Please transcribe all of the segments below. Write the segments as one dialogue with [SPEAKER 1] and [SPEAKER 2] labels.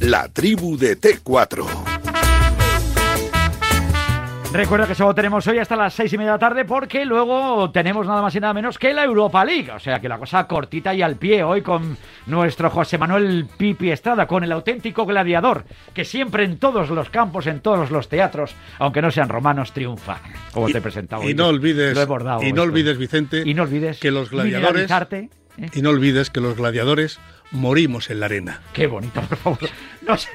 [SPEAKER 1] La tribu de T4.
[SPEAKER 2] Recuerda que solo tenemos hoy hasta las seis y media de la tarde porque luego tenemos nada más y nada menos que la Europa League. O sea que la cosa cortita y al pie hoy con nuestro José Manuel Pipi Estrada, con el auténtico gladiador que siempre en todos los campos, en todos los teatros, aunque no sean romanos, triunfa. Como
[SPEAKER 3] Y-
[SPEAKER 2] te he presentado.
[SPEAKER 3] y no olvides-
[SPEAKER 2] Lo he bordado
[SPEAKER 3] y
[SPEAKER 2] esto.
[SPEAKER 3] no olvides, Vicente,
[SPEAKER 2] Y no olvides
[SPEAKER 3] que los gladiadores-
[SPEAKER 2] mineralizarte, ¿eh?
[SPEAKER 3] Y no olvides que los gladiadores morimos en la arena.
[SPEAKER 2] Qué bonito, por favor. No se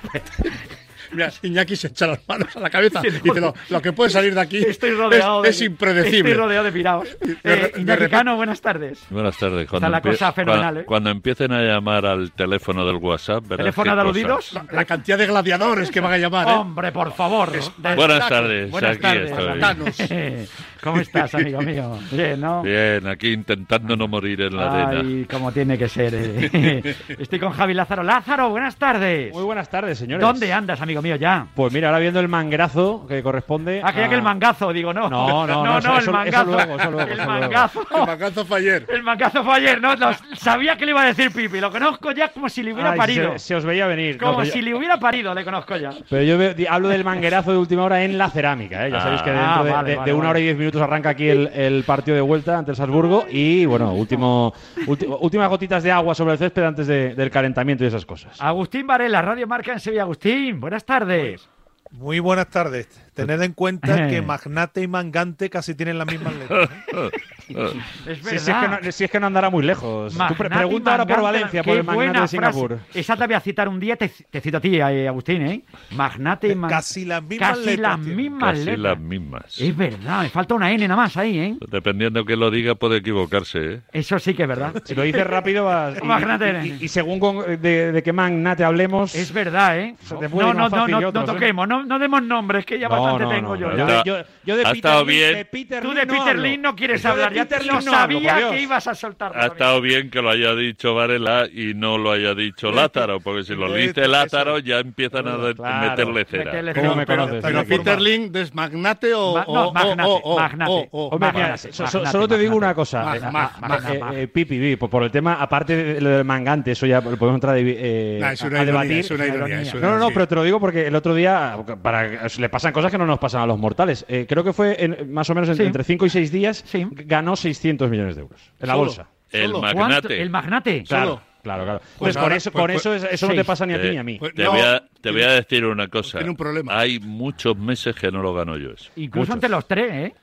[SPEAKER 3] Mira, Iñaki se echa las manos a la cabeza.
[SPEAKER 2] Sí, no.
[SPEAKER 3] Dice, lo, lo que puede salir de aquí
[SPEAKER 2] Estoy rodeado.
[SPEAKER 3] es, es
[SPEAKER 2] de-
[SPEAKER 3] impredecible.
[SPEAKER 2] Estoy rodeado de piraos. Eh,
[SPEAKER 3] de
[SPEAKER 2] Iñaki
[SPEAKER 3] repente-
[SPEAKER 2] Cano, buenas tardes.
[SPEAKER 4] Buenas tardes.
[SPEAKER 2] la
[SPEAKER 4] empie-
[SPEAKER 2] cosa fenomenal,
[SPEAKER 4] cua-
[SPEAKER 2] ¿eh?
[SPEAKER 4] cuando empiecen a llamar al teléfono del WhaAPP, verás
[SPEAKER 2] ¿Teléfono
[SPEAKER 4] qué
[SPEAKER 2] de
[SPEAKER 4] cosa.
[SPEAKER 2] aludidos?
[SPEAKER 3] La, la cantidad de gladiadores que van a llamar. ¿eh?
[SPEAKER 2] Hombre, por favor. De-
[SPEAKER 4] Buenas tardes,
[SPEAKER 2] Buenas
[SPEAKER 4] aquí
[SPEAKER 2] tardes.
[SPEAKER 5] eh.
[SPEAKER 4] estoy.
[SPEAKER 3] Patanos.
[SPEAKER 2] ¿Cómo estás, amigo mío? Bien, ¿no?
[SPEAKER 4] Bien, aquí intentando no morir en la arena.
[SPEAKER 2] Ay, como tiene que ser. eh. Estoy con Javi Lázaro. Lázaro, buenas tardes.
[SPEAKER 5] Muy buenas tardes, señores.
[SPEAKER 2] ¿Dónde andas, amigo mío, ya?
[SPEAKER 5] Pues mira, ahora viendo el mangrazo que corresponde.
[SPEAKER 2] Ah, creía
[SPEAKER 5] a-
[SPEAKER 2] que el mangazo, digo, no.
[SPEAKER 5] No, no, no,
[SPEAKER 2] no,
[SPEAKER 5] eso-
[SPEAKER 2] el
[SPEAKER 5] eso- eso
[SPEAKER 2] mangazo.
[SPEAKER 5] luego, eso luego,
[SPEAKER 2] el
[SPEAKER 5] eso luego.
[SPEAKER 2] mangazo.
[SPEAKER 3] El mangazo fue ayer.
[SPEAKER 2] El mangazo fue ayer, ¿no? Lo- sabía que le iba a decir Pipi. Lo conozco ya como si le hubiera
[SPEAKER 5] Ay,
[SPEAKER 2] parido.
[SPEAKER 5] Se, se os veía venir. No,
[SPEAKER 2] Como
[SPEAKER 5] pero
[SPEAKER 2] si
[SPEAKER 5] yo-
[SPEAKER 2] le hubiera parido, le conozco ya.
[SPEAKER 5] Pero yo veo- di- hablo del manguerazo de última hora en la cerámica. ¿eh? Ya sabéis que
[SPEAKER 2] Ah,
[SPEAKER 5] dentro de,
[SPEAKER 2] vale,
[SPEAKER 5] de-
[SPEAKER 2] vale,
[SPEAKER 5] de una
[SPEAKER 2] vale.
[SPEAKER 5] hora y diez minutos arranca aquí el, el partido de vuelta ante el Salzburgo. Y bueno, último, ulti- últimas gotitas de agua sobre el césped antes de- del calentamiento y esas cosas.
[SPEAKER 2] Agustín Varela, Radio Marca en Sevilla. Agustín, buenas tardes.
[SPEAKER 6] Muy buenas tardes. Tened en cuenta
[SPEAKER 2] Eh.
[SPEAKER 6] que magnate y mangante casi tienen las mismas letras. ¿eh?
[SPEAKER 2] Es
[SPEAKER 5] Si,
[SPEAKER 2] verdad.
[SPEAKER 5] si Pues, es que no, si es que no andará muy lejos. Tú pre-
[SPEAKER 2] Magnate y
[SPEAKER 5] pregunta ahora por
[SPEAKER 2] magnate,
[SPEAKER 5] Valencia, por
[SPEAKER 2] qué
[SPEAKER 5] el magnate
[SPEAKER 2] buena
[SPEAKER 5] de Singapur.
[SPEAKER 2] frase. Esa te voy a citar un día, te, te cito a ti, eh, Agustín, ¿eh? Magnate y man-
[SPEAKER 6] Casi las mismas
[SPEAKER 2] Casi
[SPEAKER 6] letras
[SPEAKER 2] las
[SPEAKER 6] tiene.
[SPEAKER 2] mismas
[SPEAKER 4] Casi
[SPEAKER 2] letras.
[SPEAKER 4] las mismas.
[SPEAKER 2] Es verdad, me falta una N nada más ahí, ¿eh?
[SPEAKER 4] Dependiendo que lo diga, puede equivocarse. ¿eh?
[SPEAKER 2] Eso sí que es verdad.
[SPEAKER 5] Si lo dices rápido vas. y-
[SPEAKER 2] Magnate.
[SPEAKER 5] y, y- y según con- de, de qué magnate hablemos.
[SPEAKER 2] Es verdad, ¿eh?
[SPEAKER 5] Se te puede
[SPEAKER 2] No,
[SPEAKER 5] ir
[SPEAKER 2] no,
[SPEAKER 5] más
[SPEAKER 2] no,
[SPEAKER 5] fácil
[SPEAKER 2] no,
[SPEAKER 5] que
[SPEAKER 2] no
[SPEAKER 5] otros, ¿eh?
[SPEAKER 2] toquemos, no, no demos nombres, que ya
[SPEAKER 5] No,
[SPEAKER 2] bastante
[SPEAKER 5] no,
[SPEAKER 2] tengo
[SPEAKER 5] no,
[SPEAKER 2] yo.
[SPEAKER 5] no.
[SPEAKER 2] ya.
[SPEAKER 4] Está-
[SPEAKER 5] Yo, yo de
[SPEAKER 4] ha
[SPEAKER 5] Peter
[SPEAKER 4] estado
[SPEAKER 5] Lin-
[SPEAKER 4] bien.
[SPEAKER 5] de Peter
[SPEAKER 2] Tú
[SPEAKER 5] Lin
[SPEAKER 2] de
[SPEAKER 5] no
[SPEAKER 2] Peter
[SPEAKER 5] hablo.
[SPEAKER 2] Lin no quieres
[SPEAKER 5] Yo de
[SPEAKER 2] hablar, ya te
[SPEAKER 5] Peter
[SPEAKER 2] lo
[SPEAKER 5] Lin no hablo,
[SPEAKER 2] sabía
[SPEAKER 5] por Dios.
[SPEAKER 2] que ibas a soltar.
[SPEAKER 4] Ha estado bien que lo haya dicho Varela y no lo haya dicho Lázaro, porque si lo dice Lázaro ya empiezan a de-
[SPEAKER 5] Claro.
[SPEAKER 4] meterle cera.
[SPEAKER 5] ¿Cómo me
[SPEAKER 3] Pero,
[SPEAKER 5] conoces?
[SPEAKER 3] pero
[SPEAKER 5] Mira,
[SPEAKER 3] Peter
[SPEAKER 6] forma.
[SPEAKER 3] Link es magnate o.
[SPEAKER 2] Ma- no,
[SPEAKER 3] o-
[SPEAKER 2] magnate,
[SPEAKER 3] o- o-
[SPEAKER 2] magnate.
[SPEAKER 3] o- o-
[SPEAKER 5] Hombre,
[SPEAKER 2] Magnate,
[SPEAKER 5] mira, so- so-
[SPEAKER 2] magnate,
[SPEAKER 5] solo te digo
[SPEAKER 2] magnate.
[SPEAKER 5] una cosa.
[SPEAKER 3] Mag-
[SPEAKER 5] Eh,
[SPEAKER 3] mag-
[SPEAKER 5] eh,
[SPEAKER 2] mag-
[SPEAKER 5] eh,
[SPEAKER 2] mag-
[SPEAKER 5] eh, Pipi, Pipi, por por el tema, aparte de lo del mangante, eso ya lo podemos entrar de- eh,
[SPEAKER 3] Nah, es una
[SPEAKER 5] a
[SPEAKER 3] ironía,
[SPEAKER 5] debatir.
[SPEAKER 3] es una ironía, es una
[SPEAKER 5] No, no, no,
[SPEAKER 3] ironía.
[SPEAKER 5] pero te lo digo porque el otro día para, le pasan cosas que no nos pasan a los mortales. Eh, creo que fue en- más o menos en-
[SPEAKER 2] Sí.
[SPEAKER 5] entre 5 y 6 días,
[SPEAKER 2] Sí.
[SPEAKER 5] ganó 600 millones de euros en la
[SPEAKER 3] Solo.
[SPEAKER 5] bolsa.
[SPEAKER 4] El
[SPEAKER 3] Solo.
[SPEAKER 4] magnate.
[SPEAKER 2] El magnate.
[SPEAKER 5] Claro,
[SPEAKER 3] Solo.
[SPEAKER 5] claro, claro.
[SPEAKER 3] Pues
[SPEAKER 5] Entonces, con
[SPEAKER 3] ahora,
[SPEAKER 5] eso,
[SPEAKER 3] pues-
[SPEAKER 5] con
[SPEAKER 3] pues-
[SPEAKER 5] eso, es- eso no
[SPEAKER 2] seis.
[SPEAKER 5] te pasa ni a ti
[SPEAKER 4] Eh,
[SPEAKER 5] ni a mí.
[SPEAKER 3] pues-
[SPEAKER 4] Te,
[SPEAKER 3] No,
[SPEAKER 4] voy a, te
[SPEAKER 3] tiene-
[SPEAKER 4] voy a decir una cosa.
[SPEAKER 3] tiene un problema.
[SPEAKER 4] Hay muchos meses que no lo gano yo eso.
[SPEAKER 2] Incluso
[SPEAKER 5] Muchos. Ah,
[SPEAKER 2] entre los tres, ¿eh?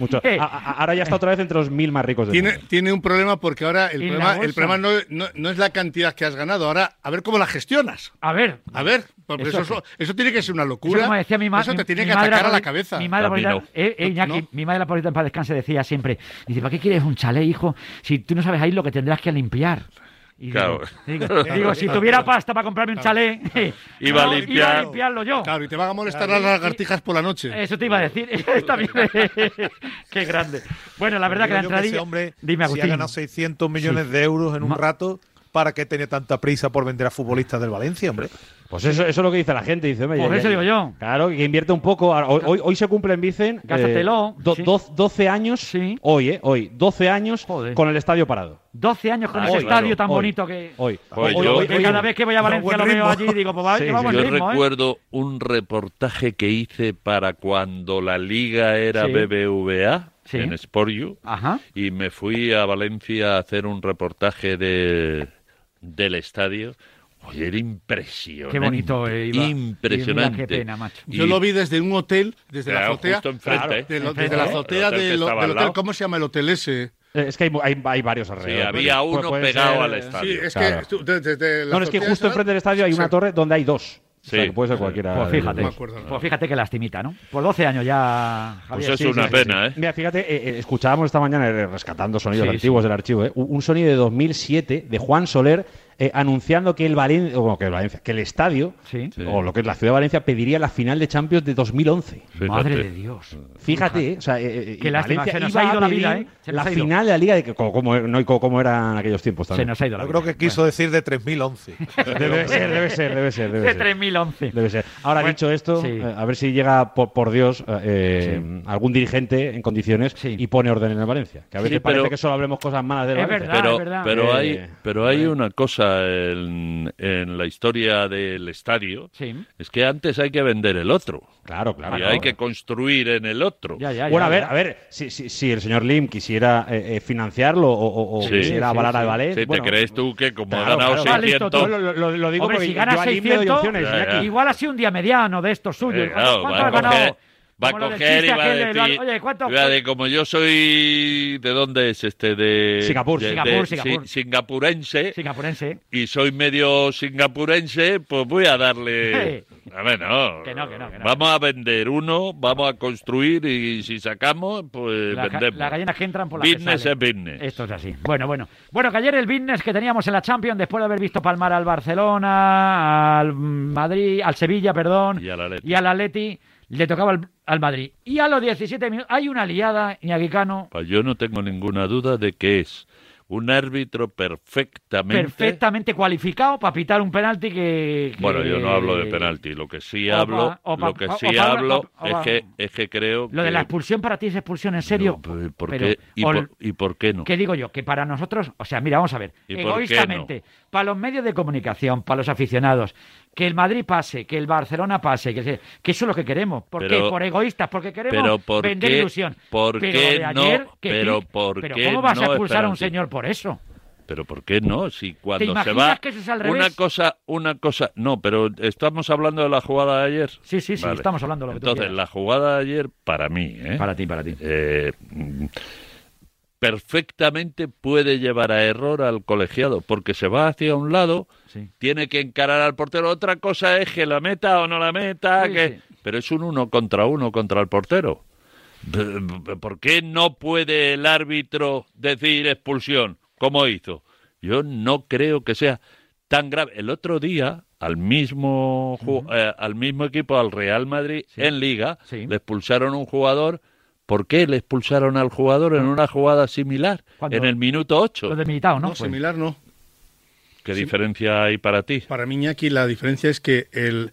[SPEAKER 5] Mucho. A- a- ahora ya está otra vez entre los mil más ricos del
[SPEAKER 3] Tiene,
[SPEAKER 5] mundo.
[SPEAKER 3] tiene un problema porque ahora el
[SPEAKER 2] Y la
[SPEAKER 3] problema,
[SPEAKER 2] bolsa.
[SPEAKER 3] el problema no, no- no es la cantidad que has ganado. Ahora, a ver cómo la gestionas.
[SPEAKER 5] ah.
[SPEAKER 2] A ver,
[SPEAKER 3] A ver, porque
[SPEAKER 2] Eso
[SPEAKER 3] eso,
[SPEAKER 2] sí.
[SPEAKER 3] eso, tiene que ser una locura.
[SPEAKER 2] Eso, como decía mi ma-
[SPEAKER 3] Eso
[SPEAKER 2] mi-
[SPEAKER 3] te tiene
[SPEAKER 2] mi
[SPEAKER 3] que
[SPEAKER 2] madre
[SPEAKER 3] atacar a la
[SPEAKER 2] Apoli-
[SPEAKER 3] cabeza.
[SPEAKER 2] Mi madre,
[SPEAKER 4] A mí
[SPEAKER 2] Apolita-
[SPEAKER 4] no.
[SPEAKER 2] eh, eh, Iñaki,
[SPEAKER 3] No.
[SPEAKER 2] mi madre Apolita en paz descanse decía siempre, dice, ¿para qué quieres un chalet, hijo? Si tú no sabes ahí lo que tendrás que limpiar. Y digo- digo, digo, si tuviera pasta para comprarme un chalet,
[SPEAKER 4] Iba a
[SPEAKER 2] no,
[SPEAKER 4] limpiar.
[SPEAKER 2] limpiarlo yo.
[SPEAKER 3] Claro, y te van a molestar
[SPEAKER 2] Claro, y-
[SPEAKER 3] las lagartijas por la noche.
[SPEAKER 2] Eso te iba a decir. Está bien. Qué grande. Bueno, la verdad que la
[SPEAKER 6] Digo yo que
[SPEAKER 2] entradilla...
[SPEAKER 6] ese hombre,
[SPEAKER 2] Dime,
[SPEAKER 6] si
[SPEAKER 2] Agustín.
[SPEAKER 6] ha ganado 600 millones de euros en un
[SPEAKER 2] Ma-
[SPEAKER 6] rato, ¿para qué tenía tanta prisa por vender a futbolistas del Valencia, hombre?
[SPEAKER 5] Pues eso, eso es lo que dice la gente. Dice, hombre,
[SPEAKER 2] Pues
[SPEAKER 5] ya-
[SPEAKER 2] eso
[SPEAKER 5] ya-
[SPEAKER 2] digo yo.
[SPEAKER 5] Claro, que invierte un poco. Ahora, Hoy, hoy, hoy se cumple en Vicen. eh,
[SPEAKER 2] Gástatelo, sí.
[SPEAKER 5] 12 años.
[SPEAKER 2] Sí.
[SPEAKER 5] Hoy, ¿eh? Hoy. 12 años
[SPEAKER 2] Joder.
[SPEAKER 5] con el estadio parado.
[SPEAKER 2] 12 años con
[SPEAKER 4] Ah,
[SPEAKER 2] ese
[SPEAKER 4] hoy,
[SPEAKER 2] estadio
[SPEAKER 4] claro,
[SPEAKER 2] tan
[SPEAKER 5] Hoy,
[SPEAKER 2] bonito que...
[SPEAKER 5] Hoy.
[SPEAKER 4] Pues
[SPEAKER 5] Hoy-
[SPEAKER 4] yo-
[SPEAKER 5] hoy-
[SPEAKER 2] Que
[SPEAKER 5] hoy-
[SPEAKER 2] cada vez que voy a
[SPEAKER 6] Lleva
[SPEAKER 2] Valencia
[SPEAKER 6] buen
[SPEAKER 2] lo veo
[SPEAKER 6] ritmo.
[SPEAKER 2] allí y digo, pues va,
[SPEAKER 5] Sí,
[SPEAKER 2] llevamos
[SPEAKER 5] sí.
[SPEAKER 4] Yo
[SPEAKER 2] el ritmo, ¿eh?
[SPEAKER 4] recuerdo un reportaje que hice para cuando la liga era
[SPEAKER 2] Sí.
[SPEAKER 4] BBVA
[SPEAKER 2] Sí.
[SPEAKER 4] en Sport You,
[SPEAKER 2] Ajá.
[SPEAKER 4] y me fui a Valencia a hacer un reportaje de, del estadio. Oye, era impresionante.
[SPEAKER 2] Qué bonito, eh, Iba.
[SPEAKER 4] Impresionante.
[SPEAKER 2] Y mira qué pena, macho.
[SPEAKER 3] Yo
[SPEAKER 4] Y-
[SPEAKER 3] lo vi desde un hotel, desde la
[SPEAKER 4] Claro,
[SPEAKER 3] azotea.
[SPEAKER 4] justo enfrente, ¿eh?
[SPEAKER 3] de lo-
[SPEAKER 2] Enfrente,
[SPEAKER 3] desde la
[SPEAKER 2] ¿eh?
[SPEAKER 3] azotea
[SPEAKER 4] El hotel que
[SPEAKER 3] de lo-
[SPEAKER 4] estaba
[SPEAKER 3] del
[SPEAKER 4] al
[SPEAKER 3] hotel.
[SPEAKER 4] lado.
[SPEAKER 3] ¿Cómo se llama el hotel ese?
[SPEAKER 5] Eh, Es que hay, hay- hay varios alrededor.
[SPEAKER 4] había
[SPEAKER 5] Puede-
[SPEAKER 4] uno
[SPEAKER 5] puede
[SPEAKER 4] pegado
[SPEAKER 5] ser-
[SPEAKER 4] al estadio.
[SPEAKER 3] Sí, es
[SPEAKER 5] Claro.
[SPEAKER 3] que tú- desde- desde la
[SPEAKER 5] No, no, es que
[SPEAKER 3] azotea esa-
[SPEAKER 5] justo enfrente del estadio hay una
[SPEAKER 3] Sí.
[SPEAKER 5] torre donde hay dos. O sea,
[SPEAKER 4] Sí.
[SPEAKER 5] que puede ser cualquiera.
[SPEAKER 2] Pues
[SPEAKER 5] de los
[SPEAKER 2] fíjate,
[SPEAKER 5] dos.
[SPEAKER 3] me acuerdo, Ah, no.
[SPEAKER 2] pues fíjate que lastimita, ¿no? Por 12 años ya, Javier.
[SPEAKER 4] Pues es una pena, ¿eh?
[SPEAKER 5] Mira, fíjate, eh, eh, escuchábamos esta mañana, eh, rescatando sonidos
[SPEAKER 2] Sí,
[SPEAKER 5] antiguos del archivo, eh, un un sonido de 2007 de Juan Soler eh, anunciando que el Valencia, que el Valencia, que el estadio,
[SPEAKER 2] Sí.
[SPEAKER 4] Sí.
[SPEAKER 5] o lo que es la ciudad de Valencia, pediría la final de Champions de 2011.
[SPEAKER 4] Fíjate.
[SPEAKER 2] Madre de Dios.
[SPEAKER 5] Fíjate, eh, o sea, eh, eh,
[SPEAKER 2] Qué
[SPEAKER 5] y
[SPEAKER 2] lástima,
[SPEAKER 5] Valencia
[SPEAKER 2] se nos
[SPEAKER 5] iba
[SPEAKER 2] ha ido
[SPEAKER 5] a
[SPEAKER 2] la vida,
[SPEAKER 5] pedir
[SPEAKER 2] eh, se nos
[SPEAKER 5] la
[SPEAKER 2] ha ido.
[SPEAKER 5] final de la Liga, de, como, como- no, y como- como eran aquellos tiempos
[SPEAKER 2] Se
[SPEAKER 5] también.
[SPEAKER 2] nos ha ido la
[SPEAKER 6] Yo
[SPEAKER 2] vida.
[SPEAKER 6] creo que quiso decir de 3011.
[SPEAKER 5] Debe ser, debe ser, debe ser.
[SPEAKER 2] Bueno,
[SPEAKER 5] Debe
[SPEAKER 2] de
[SPEAKER 5] ser.
[SPEAKER 2] 3011.
[SPEAKER 5] Debe ser. Ahora,
[SPEAKER 2] Bueno,
[SPEAKER 5] dicho esto,
[SPEAKER 2] sí.
[SPEAKER 5] eh, a ver si llega, por, por Dios, eh, algún dirigente en condiciones
[SPEAKER 2] Sí.
[SPEAKER 5] y pone orden en el Valencia. Que a
[SPEAKER 4] Sí,
[SPEAKER 5] veces
[SPEAKER 4] pero-
[SPEAKER 5] parece que solo hablemos cosas malas del
[SPEAKER 2] Ah, Es
[SPEAKER 5] Valencia.
[SPEAKER 2] verdad.
[SPEAKER 4] pero,
[SPEAKER 2] es
[SPEAKER 4] pero
[SPEAKER 5] Eh,
[SPEAKER 4] hay, pero hay una cosa cosa en, en la historia del estadio
[SPEAKER 2] Sí.
[SPEAKER 4] es que antes hay que vender el otro
[SPEAKER 5] Claro, claro.
[SPEAKER 4] y hay que construir en el otro.
[SPEAKER 2] Ya, ya,
[SPEAKER 5] Bueno,
[SPEAKER 2] ya,
[SPEAKER 5] a ver,
[SPEAKER 2] ya.
[SPEAKER 5] a ver, si, si, si el señor Lim quisiera eh, eh, financiarlo o, o- o
[SPEAKER 4] Sí.
[SPEAKER 5] quisiera
[SPEAKER 2] Sí,
[SPEAKER 5] avalar
[SPEAKER 2] sí,
[SPEAKER 5] al
[SPEAKER 2] sí.
[SPEAKER 5] ballet.
[SPEAKER 4] Sí,
[SPEAKER 5] bueno,
[SPEAKER 4] ¿Te crees tú que como
[SPEAKER 5] claro,
[SPEAKER 4] ha ganado Eh,
[SPEAKER 5] claro, claro.
[SPEAKER 2] Ah, listo,
[SPEAKER 4] 600
[SPEAKER 2] todo
[SPEAKER 5] Lo, lo- lo digo
[SPEAKER 2] Hombre,
[SPEAKER 5] porque
[SPEAKER 2] si ganas
[SPEAKER 5] yo a Lim le doy
[SPEAKER 2] 600,
[SPEAKER 5] opciones,
[SPEAKER 4] Ya,
[SPEAKER 5] Iñaki.
[SPEAKER 4] ya.
[SPEAKER 2] igual así un día mediano de estos suyos.
[SPEAKER 4] Eh,
[SPEAKER 2] ¿Cuánto-
[SPEAKER 4] claro,
[SPEAKER 2] cuánto
[SPEAKER 4] va a
[SPEAKER 2] has ganado?
[SPEAKER 4] coger, va a
[SPEAKER 2] Como lo del
[SPEAKER 4] coger y
[SPEAKER 2] chiste
[SPEAKER 4] va a
[SPEAKER 2] aquel del-
[SPEAKER 4] decir,
[SPEAKER 2] Oye, ¿cuánto?
[SPEAKER 4] iba de, como yo soy, ¿de dónde es este? De
[SPEAKER 5] Singapur.
[SPEAKER 4] de-
[SPEAKER 2] Singapur,
[SPEAKER 4] de-
[SPEAKER 2] Singapur.
[SPEAKER 4] si- singapurense
[SPEAKER 2] Singapurense.
[SPEAKER 4] y soy medio singapurense, pues voy a darle. A ver, no.
[SPEAKER 2] Que no, que no, que no.
[SPEAKER 4] Vamos a vender uno, vamos a construir y si sacamos, pues
[SPEAKER 2] La ga-
[SPEAKER 4] vendemos.
[SPEAKER 2] Las gallinas que entran por la
[SPEAKER 4] Business
[SPEAKER 2] que
[SPEAKER 4] es
[SPEAKER 2] salen.
[SPEAKER 4] business.
[SPEAKER 2] Esto es así. Bueno, bueno. Bueno, que ayer el business que teníamos en la Champions, después de haber visto palmar al Barcelona, al Madrid, al Sevilla, perdón,
[SPEAKER 4] Y al Atleti.
[SPEAKER 2] y al Atleti, le tocaba al, al Madrid. Y a los 17 minutos hay una liada, Iñaguicano,
[SPEAKER 4] Pues yo no tengo ninguna duda de que es un árbitro perfectamente.
[SPEAKER 2] perfectamente cualificado para pitar un penalti que... que-
[SPEAKER 4] Bueno, yo no hablo de penalti. Lo que sí
[SPEAKER 2] O
[SPEAKER 4] hablo,
[SPEAKER 2] va- o va-
[SPEAKER 4] lo que
[SPEAKER 2] o-
[SPEAKER 4] sí
[SPEAKER 2] o va-
[SPEAKER 4] hablo
[SPEAKER 2] o- o
[SPEAKER 4] es
[SPEAKER 2] va-
[SPEAKER 4] que es que creo
[SPEAKER 2] Lo
[SPEAKER 4] que-
[SPEAKER 2] de la expulsión para ti es expulsión, en
[SPEAKER 4] No,
[SPEAKER 2] serio.
[SPEAKER 4] pero ¿por
[SPEAKER 2] Pero,
[SPEAKER 4] qué? ¿Y,
[SPEAKER 2] ol-
[SPEAKER 4] por, y por qué no?
[SPEAKER 2] ¿Qué digo yo? Que para nosotros, o sea, mira, vamos a ver,
[SPEAKER 4] ¿Y por qué no?
[SPEAKER 2] egoístamente, para los medios de comunicación, para los aficionados, que el Madrid pase, que el Barcelona pase, que, se- que eso es lo que queremos. ¿Por
[SPEAKER 4] Pero-
[SPEAKER 2] qué? Por egoístas, porque queremos
[SPEAKER 4] pero ¿por
[SPEAKER 2] vender
[SPEAKER 4] qué-
[SPEAKER 2] ilusión.
[SPEAKER 4] por
[SPEAKER 2] pero
[SPEAKER 4] qué
[SPEAKER 2] de
[SPEAKER 4] no?
[SPEAKER 2] ayer, que
[SPEAKER 4] Pero
[SPEAKER 2] sí,
[SPEAKER 4] ¿por
[SPEAKER 2] pero
[SPEAKER 4] qué
[SPEAKER 2] ¿cómo vas a
[SPEAKER 4] no
[SPEAKER 2] expulsar a un
[SPEAKER 4] esperanza?
[SPEAKER 2] señor por eso?
[SPEAKER 4] Pero ¿por qué no? Si cuando se
[SPEAKER 2] imaginas
[SPEAKER 4] va
[SPEAKER 2] que eso es al
[SPEAKER 4] una
[SPEAKER 2] revés?
[SPEAKER 4] cosa, una cosa, no, pero estamos hablando de la jugada de ayer.
[SPEAKER 2] Sí, sí, sí, estamos hablando de lo que tú
[SPEAKER 4] Entonces,
[SPEAKER 2] quieras.
[SPEAKER 4] la jugada de ayer para mí, ¿eh?
[SPEAKER 2] Para ti, para ti.
[SPEAKER 4] Eh, mm, perfectamente puede llevar a error al colegiado, porque se va hacia un lado,
[SPEAKER 2] Sí.
[SPEAKER 4] tiene que encarar al portero. Otra cosa es que la meta o no la meta,
[SPEAKER 2] Sí,
[SPEAKER 4] que...
[SPEAKER 2] sí.
[SPEAKER 4] pero es un uno contra uno contra el portero. B- b- ¿Por qué no puede el árbitro decir expulsión, como hizo? Yo no creo que sea tan grave. El otro día, al mismo, ju- eh, al mismo equipo, al Real Madrid, en Liga,
[SPEAKER 2] Sí.
[SPEAKER 4] le expulsaron un jugador. ¿Por qué le expulsaron al jugador en una jugada similar?
[SPEAKER 2] ¿Cuándo?
[SPEAKER 4] En el minuto 8.
[SPEAKER 2] Ah. Lo de Militao, ¿no?
[SPEAKER 3] No,
[SPEAKER 2] Pues,
[SPEAKER 3] similar no.
[SPEAKER 4] ¿Qué diferencia hay para ti?
[SPEAKER 3] Para mí, Iñaki, la diferencia es que el,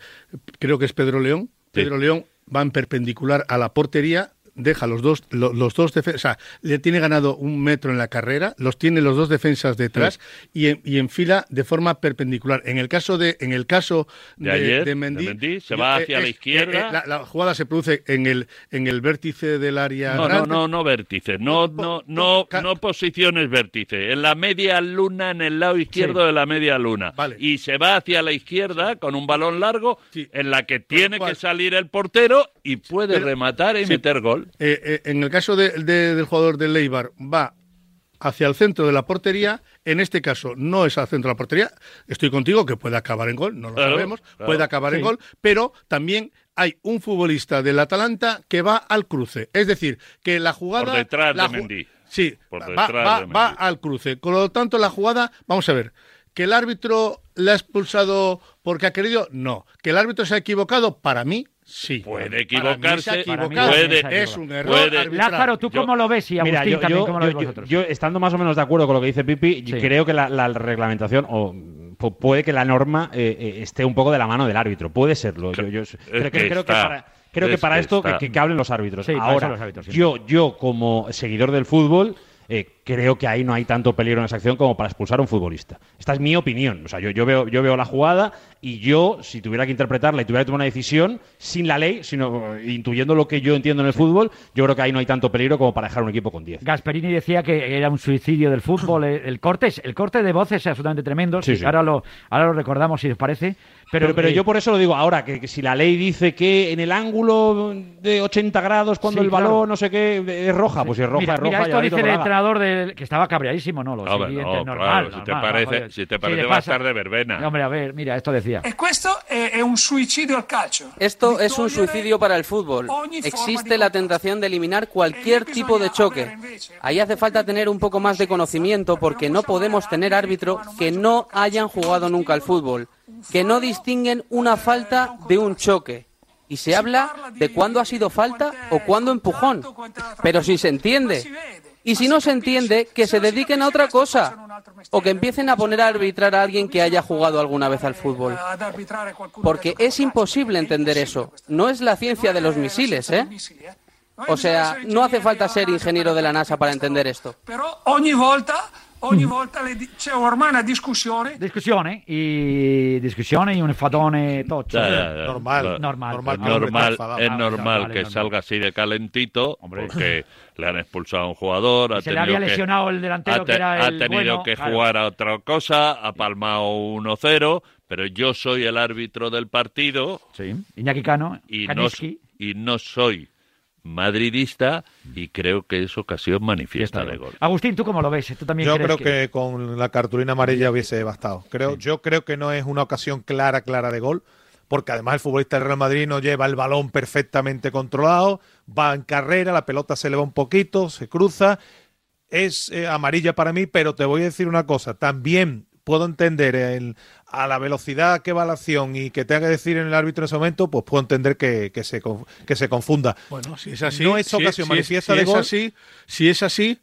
[SPEAKER 3] creo que es Pedro León. Pedro León va en perpendicular a la portería, deja los dos, lo- los dos defensas, o sea, le tiene ganado un metro en la carrera, los tiene los dos defensas detrás y, en- y enfila de forma perpendicular. En el caso de, en el caso
[SPEAKER 4] De ayer,
[SPEAKER 3] Mendy, eh,
[SPEAKER 4] de Mendy, se va hacia la izquierda.
[SPEAKER 3] la, la jugada se produce en el, en el vértice del área.
[SPEAKER 4] No, no,
[SPEAKER 3] grande.
[SPEAKER 4] no, no vértices, no, no, no,
[SPEAKER 3] ca-
[SPEAKER 4] no posiciones vértice, en la media luna, en el lado izquierdo de la media luna.
[SPEAKER 3] Vale.
[SPEAKER 4] Y se va hacia la izquierda con un balón largo
[SPEAKER 3] Sí.
[SPEAKER 4] en la que
[SPEAKER 3] Con lo
[SPEAKER 4] tiene que
[SPEAKER 3] cual-
[SPEAKER 4] salir el portero y puede
[SPEAKER 3] Pero-
[SPEAKER 4] rematar y
[SPEAKER 3] sí.
[SPEAKER 4] meter gol.
[SPEAKER 3] Eh, eh, en el caso de- de- del jugador del Leibar, va hacia el centro de la portería. En este caso, no es al centro de la portería. Estoy contigo que puede acabar en gol, no lo
[SPEAKER 4] Claro,
[SPEAKER 3] sabemos.
[SPEAKER 4] claro.
[SPEAKER 3] Puede acabar en gol, pero también hay un futbolista del Atalanta que va al cruce. Es decir, que la jugada.
[SPEAKER 4] Por detrás
[SPEAKER 3] la
[SPEAKER 4] de Mendy.
[SPEAKER 3] Sí,
[SPEAKER 4] Por
[SPEAKER 3] va,
[SPEAKER 4] detrás
[SPEAKER 3] va-
[SPEAKER 4] de
[SPEAKER 3] va
[SPEAKER 4] Mendy.
[SPEAKER 3] al cruce. Por lo tanto, la jugada, vamos a ver, que el árbitro la ha expulsado porque ha querido, no. Que el árbitro se ha equivocado, para mí, sí.
[SPEAKER 4] Puede
[SPEAKER 3] Para mí se ha
[SPEAKER 4] equivocarse,
[SPEAKER 2] para mí
[SPEAKER 3] equivocado.
[SPEAKER 2] también se ha
[SPEAKER 3] es un error
[SPEAKER 4] Puede-
[SPEAKER 3] arbitral.
[SPEAKER 2] Lázaro, ¿tú
[SPEAKER 4] Yo-
[SPEAKER 2] cómo lo ves? Y Agustín
[SPEAKER 5] Mira, yo,
[SPEAKER 2] también,
[SPEAKER 5] yo-
[SPEAKER 2] ¿cómo lo
[SPEAKER 5] yo-
[SPEAKER 2] ves vosotros?
[SPEAKER 5] yo, estando más o menos de acuerdo con lo que dice Pipi, yo
[SPEAKER 2] Sí.
[SPEAKER 5] creo que la, la reglamentación o pu- puede que la norma eh, eh, esté un poco de la mano del árbitro. Puede serlo. Yo, yo- creo, que,
[SPEAKER 4] que
[SPEAKER 5] creo que
[SPEAKER 4] está.
[SPEAKER 5] para, creo que
[SPEAKER 4] Es
[SPEAKER 5] para
[SPEAKER 4] que
[SPEAKER 5] esto que,
[SPEAKER 4] está.
[SPEAKER 5] que- que hablen los árbitros.
[SPEAKER 2] Sí, para
[SPEAKER 5] Ahora,
[SPEAKER 2] eso los árbitros, sí.
[SPEAKER 5] yo, yo como seguidor del fútbol. eh, creo que ahí no hay tanto peligro en esa acción como para expulsar a un futbolista. Esta es mi opinión. O sea, yo, yo veo, yo veo la jugada y yo, si tuviera que interpretarla y tuviera que tomar una decisión, sin la ley, sino eh, intuyendo lo que yo entiendo en el fútbol, yo creo que ahí no hay tanto peligro como para dejar un equipo con 10.
[SPEAKER 2] Gasperini decía que era un suicidio del fútbol. eh, El corte, es- el corte de voces es absolutamente tremendo.
[SPEAKER 5] Sí, sí.
[SPEAKER 2] Ahora, lo, ahora lo recordamos, si os parece. Pero,
[SPEAKER 5] Pero, pero,
[SPEAKER 2] eh,
[SPEAKER 5] yo por eso lo digo ahora, que, que si la ley dice que en el ángulo de 80 grados, cuando
[SPEAKER 2] Sí,
[SPEAKER 5] el balón,
[SPEAKER 2] claro.
[SPEAKER 5] no sé qué, es roja, pues si es roja,
[SPEAKER 2] mira,
[SPEAKER 5] es roja.
[SPEAKER 2] mira,
[SPEAKER 5] y
[SPEAKER 2] esto
[SPEAKER 5] ahora
[SPEAKER 2] dice el
[SPEAKER 5] lo haga.
[SPEAKER 2] entrenador del, que estaba cabreadísimo, no lo
[SPEAKER 4] Ah, bueno,
[SPEAKER 2] siguiente,
[SPEAKER 4] no,
[SPEAKER 2] normal,
[SPEAKER 4] claro, si te
[SPEAKER 2] normal,
[SPEAKER 4] parece-
[SPEAKER 2] joder.
[SPEAKER 4] si te
[SPEAKER 2] Sí,
[SPEAKER 4] parece
[SPEAKER 2] le
[SPEAKER 4] va a
[SPEAKER 2] pasa-
[SPEAKER 4] estar de verbena.
[SPEAKER 2] Hombre, a ver, mira, esto decía.
[SPEAKER 7] E questo è, è un suicidio al calcio.
[SPEAKER 8] Esto es un suicidio para el fútbol. Existe la
[SPEAKER 7] E
[SPEAKER 8] tentación de eliminar cualquier tipo de choque. Ahí hace falta tener un poco más de conocimiento porque no podemos tener árbitros que no hayan jugado nunca al fútbol, que no distinguen una falta de un choque. Y se habla de cuándo ha sido falta o cuándo empujón. Pero si se entiende. Y si no se entiende, que se dediquen a otra cosa. O que empiecen a poner a arbitrar a alguien que haya jugado alguna vez al fútbol. Porque es imposible entender eso. No es la ciencia de los misiles, ¿eh? O sea, no hace falta ser ingeniero de la NASA para entender esto. Mm.
[SPEAKER 7] Pero ogni volta, Ogni volta le di- c'è ormai una discussione.
[SPEAKER 2] Discussione ¿eh? y discussione y un fatone tocho.
[SPEAKER 4] Ya, ya, ya.
[SPEAKER 6] Normal,
[SPEAKER 4] Claro.
[SPEAKER 2] normal,
[SPEAKER 6] normal,
[SPEAKER 4] Es
[SPEAKER 6] que el hombre está
[SPEAKER 4] normal,
[SPEAKER 6] enfadado.
[SPEAKER 4] es
[SPEAKER 2] Ah,
[SPEAKER 4] normal
[SPEAKER 2] normal,
[SPEAKER 4] que
[SPEAKER 2] es normal.
[SPEAKER 4] salga así de calentito, porque le han expulsado a un jugador, ha
[SPEAKER 2] se le había
[SPEAKER 4] tenido que-
[SPEAKER 2] lesionado el delantero
[SPEAKER 4] ha
[SPEAKER 2] que era
[SPEAKER 4] ha
[SPEAKER 2] el
[SPEAKER 4] tenido
[SPEAKER 2] bueno,
[SPEAKER 4] que
[SPEAKER 2] claro.
[SPEAKER 4] jugar a otra cosa, ha palmado 1-0, pero yo soy el árbitro del partido
[SPEAKER 2] Sí. Iñaki Cano,
[SPEAKER 4] y no,
[SPEAKER 2] Kaniski.
[SPEAKER 4] y no soy madridista y creo que es ocasión manifiesta de gol.
[SPEAKER 2] Agustín, ¿tú cómo lo ves? ¿Tú también
[SPEAKER 6] Yo
[SPEAKER 2] crees
[SPEAKER 6] creo que... con la cartulina amarilla hubiese bastado. Creo, Yo creo que no es una ocasión clara, clara de gol, porque además el futbolista del Real Madrid no lleva el balón perfectamente controlado, va en carrera, la pelota se eleva un poquito, se cruza. Es eh, amarilla para mí, pero te voy a decir una cosa. También puedo entender el- a la velocidad que va la acción y que tenga que decir en el árbitro en ese momento, pues puedo entender que, que se, conf- que se confunda.
[SPEAKER 3] Bueno, si es así.
[SPEAKER 6] No es
[SPEAKER 3] si
[SPEAKER 6] ocasión
[SPEAKER 3] si
[SPEAKER 6] manifiesta
[SPEAKER 3] si
[SPEAKER 6] de
[SPEAKER 3] es
[SPEAKER 6] gol.
[SPEAKER 3] así, si es así,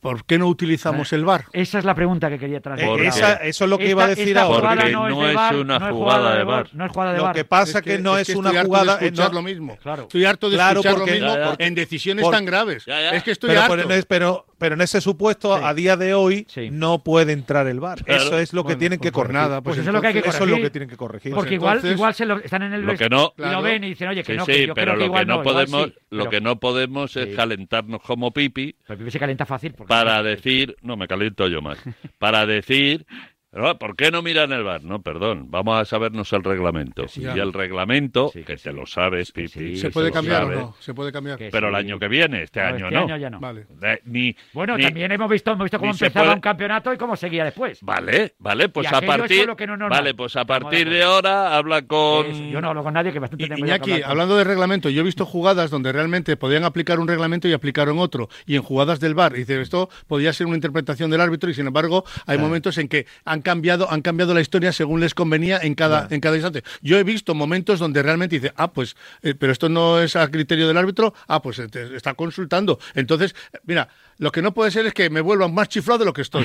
[SPEAKER 3] ¿por qué no utilizamos el VAR?
[SPEAKER 2] Esa es la pregunta que quería
[SPEAKER 6] Eh,
[SPEAKER 2] transmitir.
[SPEAKER 6] esa- eso es lo que
[SPEAKER 2] Esta-
[SPEAKER 6] iba a decir
[SPEAKER 2] esta
[SPEAKER 6] ahora.
[SPEAKER 2] jugada
[SPEAKER 4] Porque
[SPEAKER 2] no es,
[SPEAKER 4] no
[SPEAKER 2] de
[SPEAKER 4] es
[SPEAKER 2] VAR,
[SPEAKER 4] una
[SPEAKER 2] no es
[SPEAKER 4] jugada de Var.
[SPEAKER 2] No es jugada de
[SPEAKER 6] Lo
[SPEAKER 2] VAR.
[SPEAKER 6] que pasa es que, no es, una jugada.
[SPEAKER 3] Estoy harto de
[SPEAKER 6] eh,
[SPEAKER 3] escuchar
[SPEAKER 6] no-
[SPEAKER 3] lo mismo.
[SPEAKER 2] Claro.
[SPEAKER 3] Estoy harto de
[SPEAKER 6] Claro,
[SPEAKER 3] escuchar
[SPEAKER 6] porque-
[SPEAKER 3] lo mismo
[SPEAKER 4] Ya, ya.
[SPEAKER 3] en decisiones
[SPEAKER 6] Por-
[SPEAKER 3] tan graves.
[SPEAKER 4] Ya, ya.
[SPEAKER 3] Es que estoy
[SPEAKER 6] pero,
[SPEAKER 3] harto.
[SPEAKER 6] pero en es- pero- pero en ese supuesto,
[SPEAKER 2] Sí.
[SPEAKER 6] a día de hoy,
[SPEAKER 2] Sí.
[SPEAKER 6] no puede entrar el bar.
[SPEAKER 4] Claro.
[SPEAKER 6] Eso es lo que
[SPEAKER 3] Bueno,
[SPEAKER 6] tienen
[SPEAKER 3] pues
[SPEAKER 6] que corregir.
[SPEAKER 3] nada, pues
[SPEAKER 2] Eso es lo que hay que
[SPEAKER 6] Eso es lo
[SPEAKER 2] corregir.
[SPEAKER 6] que tienen que corregir.
[SPEAKER 2] Porque
[SPEAKER 3] Pues
[SPEAKER 2] igual,
[SPEAKER 3] entonces-
[SPEAKER 2] igual se lo, están en el
[SPEAKER 4] lo que
[SPEAKER 2] vest-
[SPEAKER 4] no-
[SPEAKER 2] y lo
[SPEAKER 3] Claro.
[SPEAKER 2] ven y dicen, oye, que
[SPEAKER 4] Sí,
[SPEAKER 2] no, que
[SPEAKER 4] sí,
[SPEAKER 2] yo creo
[SPEAKER 4] pero
[SPEAKER 2] que
[SPEAKER 4] lo
[SPEAKER 2] igual
[SPEAKER 4] que no
[SPEAKER 2] igual
[SPEAKER 4] podemos,
[SPEAKER 2] sí,
[SPEAKER 4] lo
[SPEAKER 2] pero-
[SPEAKER 4] que no podemos es
[SPEAKER 2] Sí.
[SPEAKER 4] calentarnos como pipi
[SPEAKER 2] Pero Pipi se calienta fácil. Porque
[SPEAKER 4] para decir, no me caliento yo más, para decir, "No, ¿por qué no miran el bar? No, perdón, vamos a sabernos el reglamento.
[SPEAKER 2] Sí.
[SPEAKER 4] y el reglamento,
[SPEAKER 2] Sí,
[SPEAKER 4] que
[SPEAKER 2] sí.
[SPEAKER 4] te lo sabes,
[SPEAKER 2] Sí,
[SPEAKER 4] Pipi,
[SPEAKER 2] sí.
[SPEAKER 4] que
[SPEAKER 3] ¿Se
[SPEAKER 4] te
[SPEAKER 3] puede
[SPEAKER 4] lo
[SPEAKER 3] cambiar o
[SPEAKER 4] sabes,
[SPEAKER 3] no? ¿Se puede cambiar?
[SPEAKER 2] Que
[SPEAKER 4] Pero el
[SPEAKER 2] sí.
[SPEAKER 4] año que viene, este
[SPEAKER 2] No,
[SPEAKER 4] año
[SPEAKER 2] este
[SPEAKER 4] no.
[SPEAKER 2] año ya no.
[SPEAKER 3] Vale.
[SPEAKER 4] Eh, ni-
[SPEAKER 2] Bueno,
[SPEAKER 4] ni-
[SPEAKER 2] también hemos visto, hemos visto cómo
[SPEAKER 4] ni se
[SPEAKER 2] empezaba
[SPEAKER 4] puede-
[SPEAKER 2] un campeonato y cómo seguía después.
[SPEAKER 4] Vale, vale, pues
[SPEAKER 2] Y
[SPEAKER 4] a
[SPEAKER 2] aquello es
[SPEAKER 4] partir,
[SPEAKER 2] lo que no es normal.
[SPEAKER 4] vale, pues a
[SPEAKER 2] Estamos de
[SPEAKER 4] partir de
[SPEAKER 2] acuerdo.
[SPEAKER 4] ahora habla con.
[SPEAKER 2] Eso, Yo no hablo con nadie que bastante
[SPEAKER 3] I-
[SPEAKER 2] tengo yo que
[SPEAKER 3] Iñaki,
[SPEAKER 2] hablar con-
[SPEAKER 3] hablando de reglamento, yo he visto jugadas donde realmente podían aplicar un reglamento y aplicaron otro, y en jugadas del VAR. Y dice, esto podía ser una interpretación del árbitro, y sin embargo, hay momentos en que han cambiado, han cambiado la historia según les convenía en cada, en cada instante. Yo he visto momentos donde realmente dice, ah, pues, eh, pero esto no es a criterio del árbitro, ah, pues eh, te- está consultando. Entonces, eh, mira, lo que no puede ser es que me vuelvan más chiflado de lo que estoy.